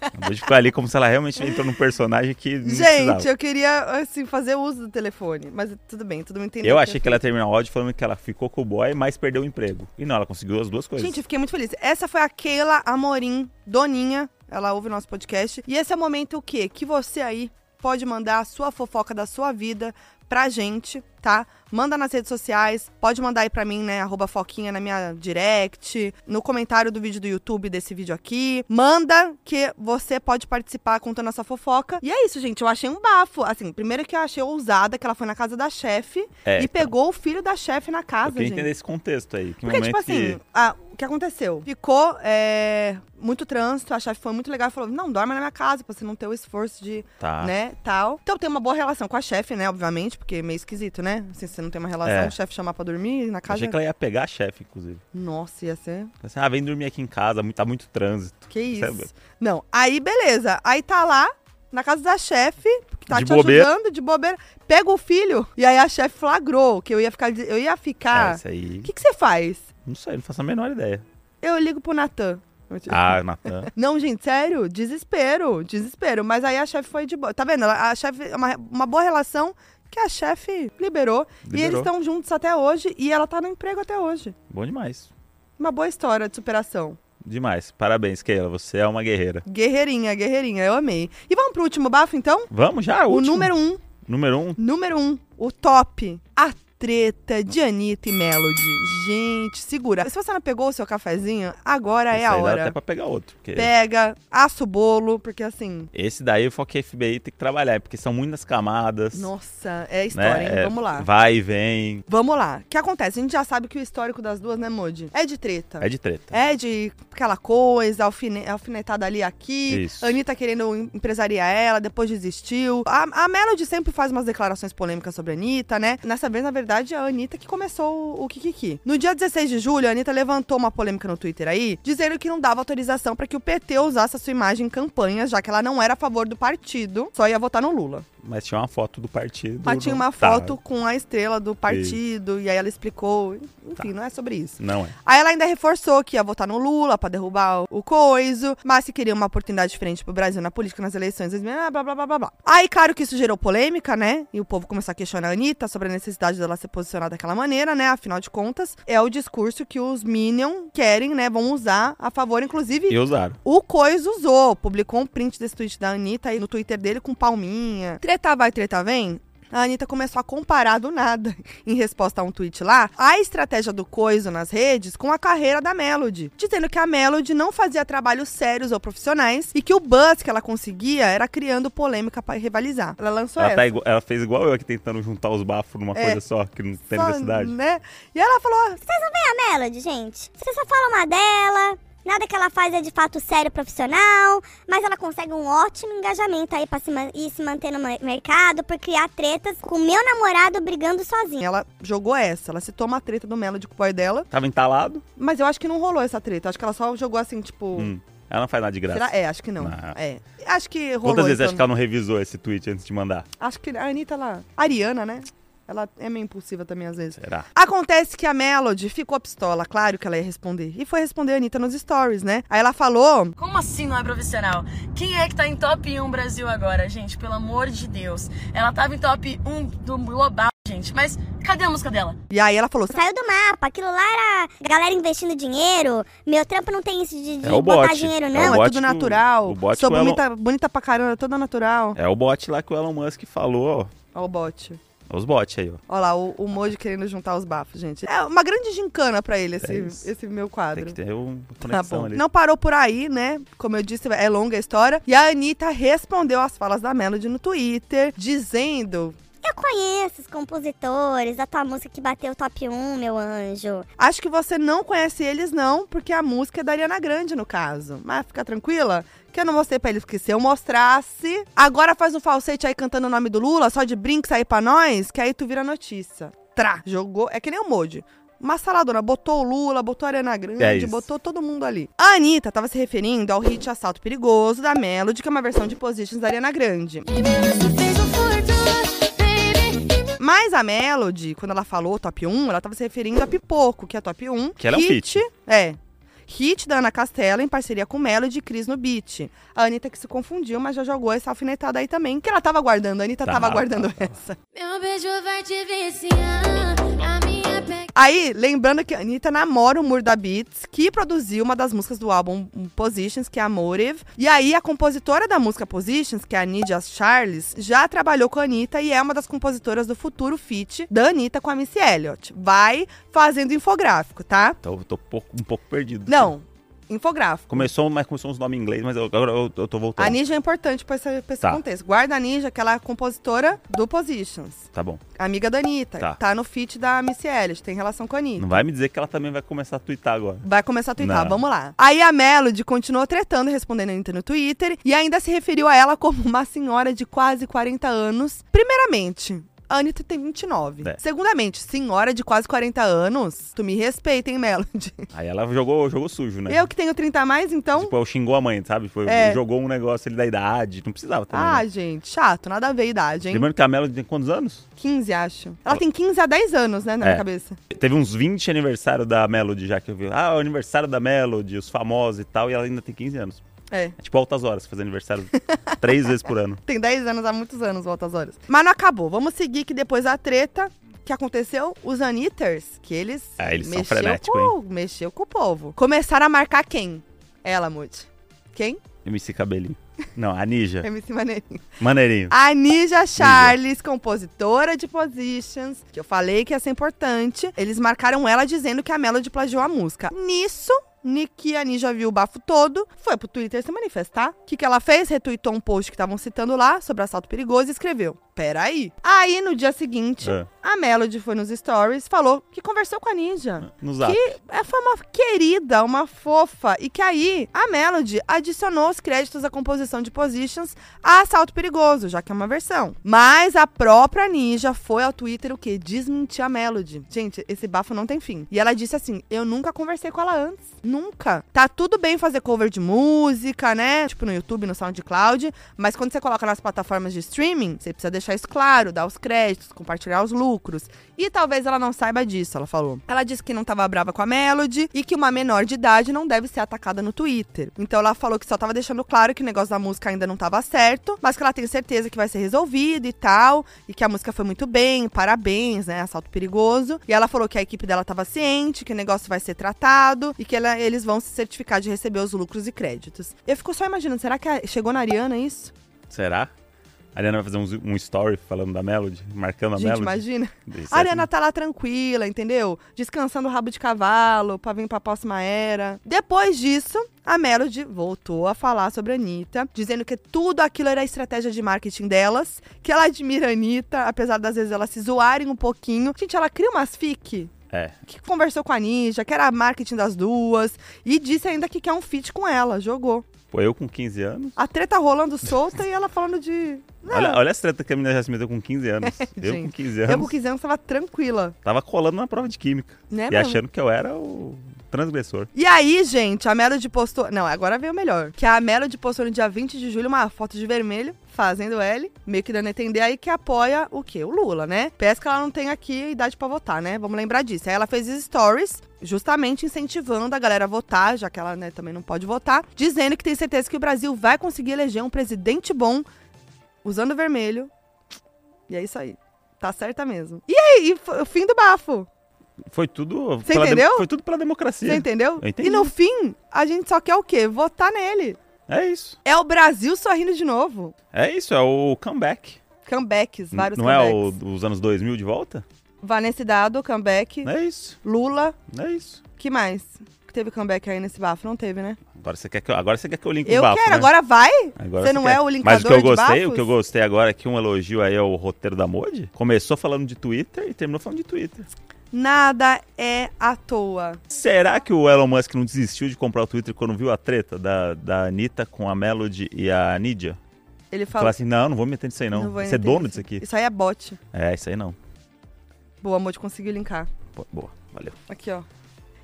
[SPEAKER 2] Acabou de ficar ali como se ela realmente entrou num personagem que não
[SPEAKER 1] Gente,
[SPEAKER 2] precisava.
[SPEAKER 1] eu queria, assim, fazer uso do telefone. Mas tudo bem, tudo me entendeu.
[SPEAKER 2] Eu achei que ela ia terminar o áudio falando que ela ficou com o boy, mas perdeu o emprego. E não, ela conseguiu as duas coisas.
[SPEAKER 1] Gente, eu fiquei muito feliz. Essa foi a Keila Amorim, doninha. Ela ouve o nosso podcast. E esse é o momento o quê? Que você aí pode mandar a sua fofoca da sua vida pra gente, tá? Manda nas redes sociais, pode mandar aí pra mim, né, arroba foquinha na minha direct, no comentário do vídeo do YouTube desse vídeo aqui. Manda que você pode participar contando a sua fofoca. E é isso, gente, eu achei um bafo. Assim, primeiro que eu achei ousada, que ela foi na casa da chefe
[SPEAKER 2] É,
[SPEAKER 1] e
[SPEAKER 2] então.
[SPEAKER 1] pegou o filho da chefe na casa,
[SPEAKER 2] eu queria
[SPEAKER 1] gente.
[SPEAKER 2] entender esse contexto aí. Que
[SPEAKER 1] Porque,
[SPEAKER 2] momento
[SPEAKER 1] tipo assim,
[SPEAKER 2] que...
[SPEAKER 1] ah, o que aconteceu? Ficou é, muito trânsito, a chefe foi muito legal e falou: não, dorme na minha casa pra você não ter o esforço de,
[SPEAKER 2] Tá.
[SPEAKER 1] né, tal. Então tem uma boa relação com a chefe, né, obviamente, porque é meio esquisito, né? Assim, você não tem uma relação,
[SPEAKER 2] É.
[SPEAKER 1] o chefe chamar pra dormir na casa.
[SPEAKER 2] Achei que ela ia pegar a chefe, inclusive.
[SPEAKER 1] Nossa, ia ser.
[SPEAKER 2] Falei Assim, ah, vem dormir aqui em casa, mu- tá muito trânsito.
[SPEAKER 1] Que isso?
[SPEAKER 2] Sabe?
[SPEAKER 1] Não, aí beleza. Aí tá lá, na casa da chefe, que tá
[SPEAKER 2] De
[SPEAKER 1] te
[SPEAKER 2] bobeira.
[SPEAKER 1] ajudando, de bobeira, pega o filho. E aí a chefe flagrou que eu ia ficar. Eu ia
[SPEAKER 2] É,
[SPEAKER 1] ficar.
[SPEAKER 2] isso aí.
[SPEAKER 1] O Ah, que, que você faz?
[SPEAKER 2] Não sei, não faço a menor ideia.
[SPEAKER 1] Eu ligo pro Natan.
[SPEAKER 2] Ah, Natan.
[SPEAKER 1] Não, gente, sério, desespero, desespero. Mas aí a chefe foi de boa. Tá vendo? Ela- A chefe, é uma, uma boa relação que a chefe liberou, E
[SPEAKER 2] Liberou.
[SPEAKER 1] eles estão juntos até hoje e ela tá no emprego até hoje.
[SPEAKER 2] Bom demais.
[SPEAKER 1] Uma boa história de superação.
[SPEAKER 2] Demais. Parabéns, Keila. Você é uma guerreira.
[SPEAKER 1] Guerreirinha, guerreirinha, eu amei. E vamos
[SPEAKER 2] É
[SPEAKER 1] pro último bafo, então?
[SPEAKER 2] Vamos já?
[SPEAKER 1] O
[SPEAKER 2] último.
[SPEAKER 1] número um,
[SPEAKER 2] Número um.
[SPEAKER 1] número um, o top. A treta de Anitta e Melody. Gente, segura. Se você não pegou o seu cafezinho, agora é
[SPEAKER 2] Esse
[SPEAKER 1] a
[SPEAKER 2] aí dá
[SPEAKER 1] hora.
[SPEAKER 2] até pra pegar outro. Porque
[SPEAKER 1] Pega, assa o bolo, porque assim,
[SPEAKER 2] Esse daí o Foque FBI tem que trabalhar, porque são muitas camadas.
[SPEAKER 1] nossa, é
[SPEAKER 2] né?
[SPEAKER 1] história, hein?
[SPEAKER 2] É,
[SPEAKER 1] Vamos lá.
[SPEAKER 2] Vai e vem.
[SPEAKER 1] Vamos lá. O que acontece? A gente já sabe que o histórico das duas, né, Modi? É de treta.
[SPEAKER 2] É de treta.
[SPEAKER 1] É de aquela coisa, alfine- alfinetada ali aqui.
[SPEAKER 2] Isso.
[SPEAKER 1] Anitta querendo em- empresariar ela, depois desistiu. A, a Melody sempre faz umas declarações polêmicas sobre a Anitta, né? Nessa vez, na verdade, é a Anitta que começou o, o Kikiki. No dia 16 de julho, a Anitta levantou uma polêmica no Twitter aí, dizendo que não dava autorização pra que o PT usasse a sua imagem em campanha, já que ela não era a favor do partido, só ia votar no Lula.
[SPEAKER 2] Mas tinha uma foto do partido.
[SPEAKER 1] Mas tinha
[SPEAKER 2] não-
[SPEAKER 1] uma
[SPEAKER 2] Tá,
[SPEAKER 1] foto com a estrela do partido, e aí ela explicou. Enfim, não é sobre isso.
[SPEAKER 2] Não é.
[SPEAKER 1] Aí ela ainda reforçou que ia votar no Lula pra derrubar o- o coiso, mas se queria uma oportunidade diferente pro Brasil na política, nas eleições, blá, blá, blá, blá, blá, blá. Aí, claro que isso gerou polêmica, né? E o povo começou a questionar a Anitta sobre a necessidade dela se posicionar daquela maneira, né? Afinal de contas, é o discurso que os Minion querem, né? Vão usar a favor, inclusive.
[SPEAKER 2] E usaram.
[SPEAKER 1] O Cois usou, publicou um print desse tweet da Anitta aí no Twitter dele com palminha. Treta vai, treta vem. A Anitta começou a comparar do nada, em resposta a um tweet lá, a estratégia do Coiso nas redes com a carreira da Melody, dizendo que a Melody não fazia trabalhos sérios ou profissionais e que o buzz que ela conseguia era criando polêmica pra rivalizar. Ela lançou
[SPEAKER 2] Ela,
[SPEAKER 1] essa.
[SPEAKER 2] tá igual- ela fez igual eu aqui tentando juntar os bafos numa
[SPEAKER 1] É.
[SPEAKER 2] coisa só, que não tem
[SPEAKER 1] Só,
[SPEAKER 2] necessidade.
[SPEAKER 1] Né? E ela falou, assim,
[SPEAKER 3] a Melody, gente. Você só fala uma dela, nada que ela faz é de fato sério profissional, mas ela consegue um ótimo engajamento aí pra se, man- e se manter no mer- mercado, por criar tretas com meu namorado brigando sozinho.
[SPEAKER 1] ela jogou essa, ela citou uma treta do Melody com o pai dela,
[SPEAKER 2] Tava entalado,
[SPEAKER 1] mas eu acho que não rolou essa treta, eu acho que ela só jogou assim, tipo...
[SPEAKER 2] Hum. ela não faz nada de graça.
[SPEAKER 1] Será? É, acho que não.
[SPEAKER 2] Não.
[SPEAKER 1] É. Acho que rolou.
[SPEAKER 2] Quantas vezes
[SPEAKER 1] então.
[SPEAKER 2] acho que ela não revisou esse tweet antes de mandar?
[SPEAKER 1] Acho que a Anitta, ela. a Ariana, né? Ela é meio impulsiva também, às vezes.
[SPEAKER 2] Será?
[SPEAKER 1] Acontece que a Melody ficou pistola, claro que ela ia responder. E foi responder a Anitta nos stories, né? Aí ela falou.
[SPEAKER 10] Como assim não é profissional? Quem é que tá em top 1 Brasil agora, gente? Pelo amor de Deus. Ela tava em top 1 do global, gente. Mas cadê a música dela?
[SPEAKER 1] E aí ela falou. tá
[SPEAKER 3] Saiu do mapa, aquilo lá era galera investindo dinheiro. Meu trampo não tem isso de, de
[SPEAKER 2] É o
[SPEAKER 3] botar
[SPEAKER 2] bot.
[SPEAKER 3] dinheiro,
[SPEAKER 2] É
[SPEAKER 3] não.
[SPEAKER 1] Não,
[SPEAKER 2] o
[SPEAKER 1] é
[SPEAKER 2] bote
[SPEAKER 1] tudo
[SPEAKER 2] do-
[SPEAKER 1] natural.
[SPEAKER 2] o bote
[SPEAKER 1] Sou
[SPEAKER 2] do Elon-
[SPEAKER 1] bonita, bonita pra caramba, toda natural.
[SPEAKER 2] É o bot lá que o Elon Musk falou,
[SPEAKER 1] Ó, o bote.
[SPEAKER 2] ó. Os bots aí, ó.
[SPEAKER 1] Ó lá, o, o Moji querendo juntar os bafos, gente. É uma grande gincana pra ele, esse,
[SPEAKER 2] É isso.
[SPEAKER 1] esse meu
[SPEAKER 2] Tem
[SPEAKER 1] quadro.
[SPEAKER 2] que ter uma
[SPEAKER 1] Tá
[SPEAKER 2] conexão
[SPEAKER 1] bom.
[SPEAKER 2] ali.
[SPEAKER 1] Não parou por aí, né? Como eu disse, é longa a história. E a Anitta respondeu às falas da Melody no Twitter, dizendo.
[SPEAKER 3] Eu conheço os compositores, a tua música que bateu top 1, meu anjo.
[SPEAKER 1] Acho que você não conhece eles, não, porque a música é da Ariana Grande, no caso. Mas fica tranquila, que eu não mostrei pra eles, porque se eu mostrasse. Agora faz um falsete aí cantando o nome do Lula, só de brinks aí pra nós, que aí tu vira notícia. Trá, jogou. É que nem o Modi. Uma saladona, botou o Lula, botou a Ariana Grande,
[SPEAKER 2] É isso.
[SPEAKER 1] botou todo mundo ali. A Anitta tava se referindo ao hit Assalto Perigoso da Melody, que é uma versão de Positions da Ariana Grande. Mas a Melody, quando ela falou top 1, ela tava se referindo a Pipoco, que é top 1.
[SPEAKER 2] Que ela é um feat.
[SPEAKER 1] É. Hit da Ana Castela em parceria com Melody e Cris no beat. A Anitta que se confundiu, mas já jogou essa alfinetada aí também, que ela tava guardando. A Anitta tava
[SPEAKER 2] Tava,
[SPEAKER 1] guardando
[SPEAKER 2] tava.
[SPEAKER 1] essa.
[SPEAKER 10] Meu beijo vai te viciar. A minha pegada.
[SPEAKER 1] Aí, lembrando que a Anitta namora o Murda Beats, que produziu uma das músicas do álbum Positions, que é a Motive. E aí, a compositora da música Positions, que é a Nidia Charles, já trabalhou com a Anitta e é uma das compositoras do futuro feat da Anitta com a Missy Elliott. Vai fazendo infográfico, tá?
[SPEAKER 2] Tô, tô um pouco, um pouco perdido.
[SPEAKER 1] Não, infográfico.
[SPEAKER 2] Começou, mas começou uns nomes em inglês, mas eu- agora eu, eu tô voltando.
[SPEAKER 1] A Ninja é importante pra esse, pra esse
[SPEAKER 2] Tá.
[SPEAKER 1] contexto. Guarda a Ninja, que ela é compositora do Positions.
[SPEAKER 2] Tá bom.
[SPEAKER 1] Amiga da Anitta. Tá,
[SPEAKER 2] Tá.
[SPEAKER 1] no feat da Missy Elliott, tem relação com a Anitta.
[SPEAKER 2] Não vai me dizer que ela também vai começar a twittar agora.
[SPEAKER 1] Vai começar a twittar,
[SPEAKER 2] Não.
[SPEAKER 1] vamos lá. Aí a Melody continuou tretando, respondendo a Anitta no Twitter, e ainda se referiu a ela como uma senhora de quase 40 anos. Primeiramente, a Anitta tem 29.
[SPEAKER 2] É.
[SPEAKER 1] Segundamente, senhora de quase 40 anos, tu me respeita, hein, Melody?
[SPEAKER 2] Aí ela jogou, jogou sujo, né?
[SPEAKER 1] Eu que tenho 30 a mais, então...
[SPEAKER 2] Tipo, eu xingou a mãe, sabe? Tipo,
[SPEAKER 1] É.
[SPEAKER 2] jogou um negócio ali da idade. Não precisava também.
[SPEAKER 1] Ah,
[SPEAKER 2] né?
[SPEAKER 1] gente, chato, nada a ver a idade, hein?
[SPEAKER 2] Lembrando que a Melody tem quantos anos?
[SPEAKER 1] 15, acho. Ela tem 15 a 10 anos, né, na minha
[SPEAKER 2] É.
[SPEAKER 1] cabeça.
[SPEAKER 2] Teve uns 20 aniversário da Melody já que eu vi. Ah, o aniversário da Melody, os famosos e tal, e ela ainda tem 15 anos.
[SPEAKER 1] É.
[SPEAKER 2] É tipo altas horas, fazer aniversário três vezes por ano.
[SPEAKER 1] Tem 10 anos, há muitos anos, volta às horas. Mas não acabou. Vamos seguir que depois da treta que aconteceu, os Anitters, que eles,
[SPEAKER 2] Ah, eles são
[SPEAKER 1] mexeu,
[SPEAKER 2] frenético,
[SPEAKER 1] com, mexeu com o povo. Começaram a marcar quem? Ela, Mude. Quem?
[SPEAKER 2] MC Cabelinho. Não, a Ninja.
[SPEAKER 1] MC Maneirinho.
[SPEAKER 2] Maneirinho.
[SPEAKER 1] A Ninja Charles, compositora de Positions, que eu falei que ia ser importante, eles marcaram ela dizendo que a Melody plagiou a música. Nisso. Niki, a Ninja viu o bafo todo, foi pro Twitter se manifestar. O que, que ela fez? Retuitou um post que estavam citando lá sobre assalto perigoso e escreveu: Peraí. Aí, no dia seguinte,
[SPEAKER 2] É.
[SPEAKER 1] a Melody foi nos stories, falou que conversou com a Ninja.
[SPEAKER 2] No zap.
[SPEAKER 1] Que é- foi uma querida, uma fofa. E que aí a Melody adicionou os créditos à composição de Positions a Assalto Perigoso, já que é uma versão. Mas a própria Ninja foi ao Twitter o quê? Desmentir a Melody. Gente, esse bafo não tem fim. E ela disse assim: Eu nunca conversei com ela antes. Nunca. Tá tudo bem fazer cover de música, né? Tipo no YouTube, no SoundCloud. Mas quando você coloca nas plataformas de streaming, você precisa deixar isso claro, dar os créditos, compartilhar os lucros. E talvez ela não saiba disso, ela falou. Ela disse que não tava brava com a Melody e que uma menor de idade não deve ser atacada no Twitter. Então ela falou que só tava deixando claro que o negócio da música ainda não tava certo, mas que ela tem certeza que vai ser resolvido e tal, e que a música foi muito bem, parabéns, né? Assalto perigoso. E ela falou que a equipe dela tava ciente, que o negócio vai ser tratado e que ela- eles vão se certificar de receber os lucros e créditos. Eu fico só imaginando, será que a- chegou na Ariana isso?
[SPEAKER 2] Será? A Ariana vai fazer um, um story falando da Melody, marcando a
[SPEAKER 1] Gente,
[SPEAKER 2] Melody.
[SPEAKER 1] imagina.
[SPEAKER 2] Isso
[SPEAKER 1] A
[SPEAKER 2] é-
[SPEAKER 1] Ariana tá lá tranquila, entendeu? Descansando o rabo de cavalo pra vir pra próxima era. Depois disso, a Melody voltou a falar sobre a Anitta, dizendo que tudo aquilo era a estratégia de marketing delas, que ela admira a Anitta, apesar das vezes elas se zoarem um pouquinho. Gente, ela cria umas fic
[SPEAKER 2] É.
[SPEAKER 1] que conversou com a Ninja, que era marketing das duas, e disse ainda que quer um feat com ela, jogou.
[SPEAKER 2] Pô, eu com 15 anos.
[SPEAKER 1] A treta rolando solta e ela falando de. Não,
[SPEAKER 2] Olha, olha as tretas que a menina já se meteu com 15 anos. eu com
[SPEAKER 1] Gente,
[SPEAKER 2] 15 anos.
[SPEAKER 1] eu com 15 anos tava tranquila,
[SPEAKER 2] Tava colando na prova de química.
[SPEAKER 1] né,
[SPEAKER 2] e
[SPEAKER 1] mano?
[SPEAKER 2] achando que eu era o transgressor.
[SPEAKER 1] E aí, gente, a Melody postou. Não, agora veio o melhor. Que a Melody postou no dia 20 de julho uma foto de vermelho, fazendo L, meio que dando a entender aí que apoia o quê? O Lula, né? Parece que ela não tem aqui idade pra votar, né? Vamos lembrar disso. Aí ela fez stories, justamente incentivando a galera a votar, já que ela né, também não pode votar, dizendo que tem certeza que o Brasil vai conseguir eleger um presidente bom usando vermelho. E é isso aí. Tá certa mesmo. E aí, e foi o fim do bafo.
[SPEAKER 2] Foi tudo.
[SPEAKER 1] Você
[SPEAKER 2] pela dem-
[SPEAKER 1] entendeu?
[SPEAKER 2] Foi tudo pela democracia.
[SPEAKER 1] Você entendeu?
[SPEAKER 2] Eu entendi.
[SPEAKER 1] E no fim, a gente só quer o quê? Votar nele.
[SPEAKER 2] É isso.
[SPEAKER 1] É o Brasil sorrindo de novo.
[SPEAKER 2] É isso, é o comeback.
[SPEAKER 1] Comebacks, vários
[SPEAKER 2] Não é o
[SPEAKER 1] comebacks.
[SPEAKER 2] dos anos 2000 de volta?
[SPEAKER 1] Vanessa Dado, comeback.
[SPEAKER 2] É isso.
[SPEAKER 1] Lula,
[SPEAKER 2] É isso.
[SPEAKER 1] que mais? Que teve comeback aí nesse bafo? Não teve, né?
[SPEAKER 2] Agora você quer que eu, agora você quer que eu linke
[SPEAKER 1] eu
[SPEAKER 2] o bafo,
[SPEAKER 1] quero,
[SPEAKER 2] né?
[SPEAKER 1] agora vai!
[SPEAKER 2] Agora
[SPEAKER 1] Você não é o linkador
[SPEAKER 2] Mas o que eu
[SPEAKER 1] de
[SPEAKER 2] gostei,
[SPEAKER 1] bafos?
[SPEAKER 2] o que eu gostei agora é que um elogio aí ao roteiro da Modi. Começou falando de Twitter e terminou falando de Twitter.
[SPEAKER 1] Nada é à toa.
[SPEAKER 2] Será que o Elon Musk não desistiu de comprar o Twitter quando viu a treta da, da Anitta com a Melody e a Nidia?
[SPEAKER 1] Ele falou.
[SPEAKER 2] Falar assim, não, não vou me meter nisso aí não.
[SPEAKER 1] vou
[SPEAKER 2] Você é
[SPEAKER 1] entender
[SPEAKER 2] dono disso aqui.
[SPEAKER 1] Isso aí é bot.
[SPEAKER 2] É, isso aí não.
[SPEAKER 1] Boa, amor, te conseguiu linkar.
[SPEAKER 2] Pô, boa, valeu.
[SPEAKER 1] Aqui, ó.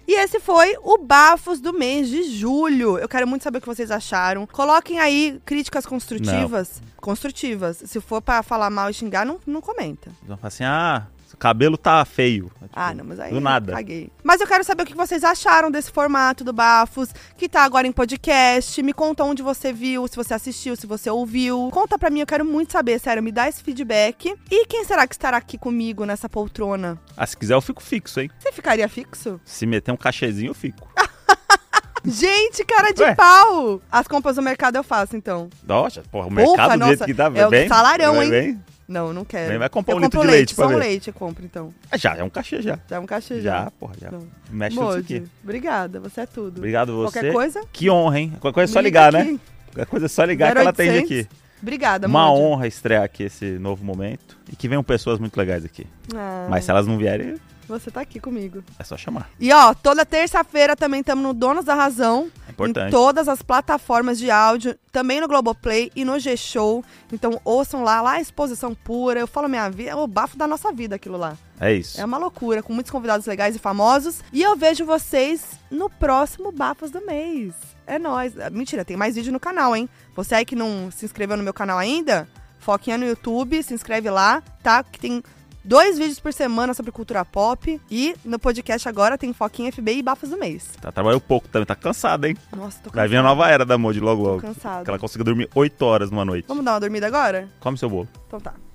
[SPEAKER 1] E esse foi o Bafos do mês de julho. Eu quero muito saber o que vocês acharam. Coloquem aí críticas construtivas. Construtivas. Se for pra falar mal e xingar, não, não comenta.
[SPEAKER 2] Então fala assim, ah, seu cabelo tá feio. É, tipo,
[SPEAKER 1] Ah, não, mas aí.
[SPEAKER 2] Do nada.
[SPEAKER 1] Caguei. Mas eu quero saber o que vocês acharam desse formato do Bafos, que tá agora em podcast. Me conta onde você viu, se você assistiu, se você ouviu. Conta pra mim, eu quero muito saber, sério, me dá esse feedback. E quem será que estará aqui comigo nessa poltrona?
[SPEAKER 2] Ah, se quiser eu fico fixo, hein?
[SPEAKER 1] Você ficaria fixo?
[SPEAKER 2] Se meter um cachezinho eu fico.
[SPEAKER 1] Ah. Gente, cara de
[SPEAKER 2] Ué.
[SPEAKER 1] pau! As compras do mercado eu faço, então.
[SPEAKER 2] Nossa, porra, o mercado do jeito
[SPEAKER 1] nossa,
[SPEAKER 2] que dá,
[SPEAKER 1] é o
[SPEAKER 2] bem,
[SPEAKER 1] salarão,
[SPEAKER 2] vai
[SPEAKER 1] hein?
[SPEAKER 2] bem.
[SPEAKER 1] Não, não quero.
[SPEAKER 2] Vem, vai comprar
[SPEAKER 1] eu
[SPEAKER 2] um litro
[SPEAKER 1] compro
[SPEAKER 2] de leite pra
[SPEAKER 1] só um
[SPEAKER 2] ver.
[SPEAKER 1] leite eu compro, então.
[SPEAKER 2] Ah, Já, é um cachê já.
[SPEAKER 1] Já é um cachê
[SPEAKER 2] Já, porra, já.
[SPEAKER 1] Não.
[SPEAKER 2] Mexe nisso
[SPEAKER 1] Modi,
[SPEAKER 2] aqui.
[SPEAKER 1] obrigada, você é tudo.
[SPEAKER 2] Obrigado você.
[SPEAKER 1] Qualquer coisa,
[SPEAKER 2] Que honra, hein? Qualquer coisa é só
[SPEAKER 1] me
[SPEAKER 2] ligar,
[SPEAKER 1] liga
[SPEAKER 2] né?
[SPEAKER 1] aqui.
[SPEAKER 2] Qualquer coisa é só ligar que ela atende aqui.
[SPEAKER 1] 0800. Obrigada,
[SPEAKER 2] Uma
[SPEAKER 1] Modi.
[SPEAKER 2] honra estrear aqui esse novo momento. E que venham pessoas muito legais aqui.
[SPEAKER 1] Ah,
[SPEAKER 2] Mas se elas não vierem,
[SPEAKER 1] Você tá aqui comigo.
[SPEAKER 2] é só chamar.
[SPEAKER 1] E ó, toda terça-feira também estamos no Donos da Razão.
[SPEAKER 2] É importante.
[SPEAKER 1] Em todas as plataformas de áudio, também no Globoplay e no G-Show. Então ouçam lá, lá é exposição pura. Eu falo minha vida, é o bafo da nossa vida aquilo lá.
[SPEAKER 2] É isso.
[SPEAKER 1] É uma loucura, com muitos convidados legais e famosos. E eu vejo vocês no próximo Bafos do Mês. É nóis. Ah, Mentira, tem mais vídeo no canal, hein? Você aí que não se inscreveu no meu canal ainda, foquinha no YouTube, se inscreve lá, tá? Que tem dois vídeos por semana sobre cultura pop. E no podcast agora tem Foquinha FBI e Bafos do Mês.
[SPEAKER 2] Tá trabalhando pouco também, tá cansada, hein?
[SPEAKER 1] Nossa, tô cansada.
[SPEAKER 2] Vai vir a nova era da Modi logo
[SPEAKER 1] Tô
[SPEAKER 2] logo. Que
[SPEAKER 1] cansada.
[SPEAKER 2] ela consiga dormir 8 horas numa noite.
[SPEAKER 1] Vamos dar uma dormida agora?
[SPEAKER 2] Come seu bolo.
[SPEAKER 1] Então tá.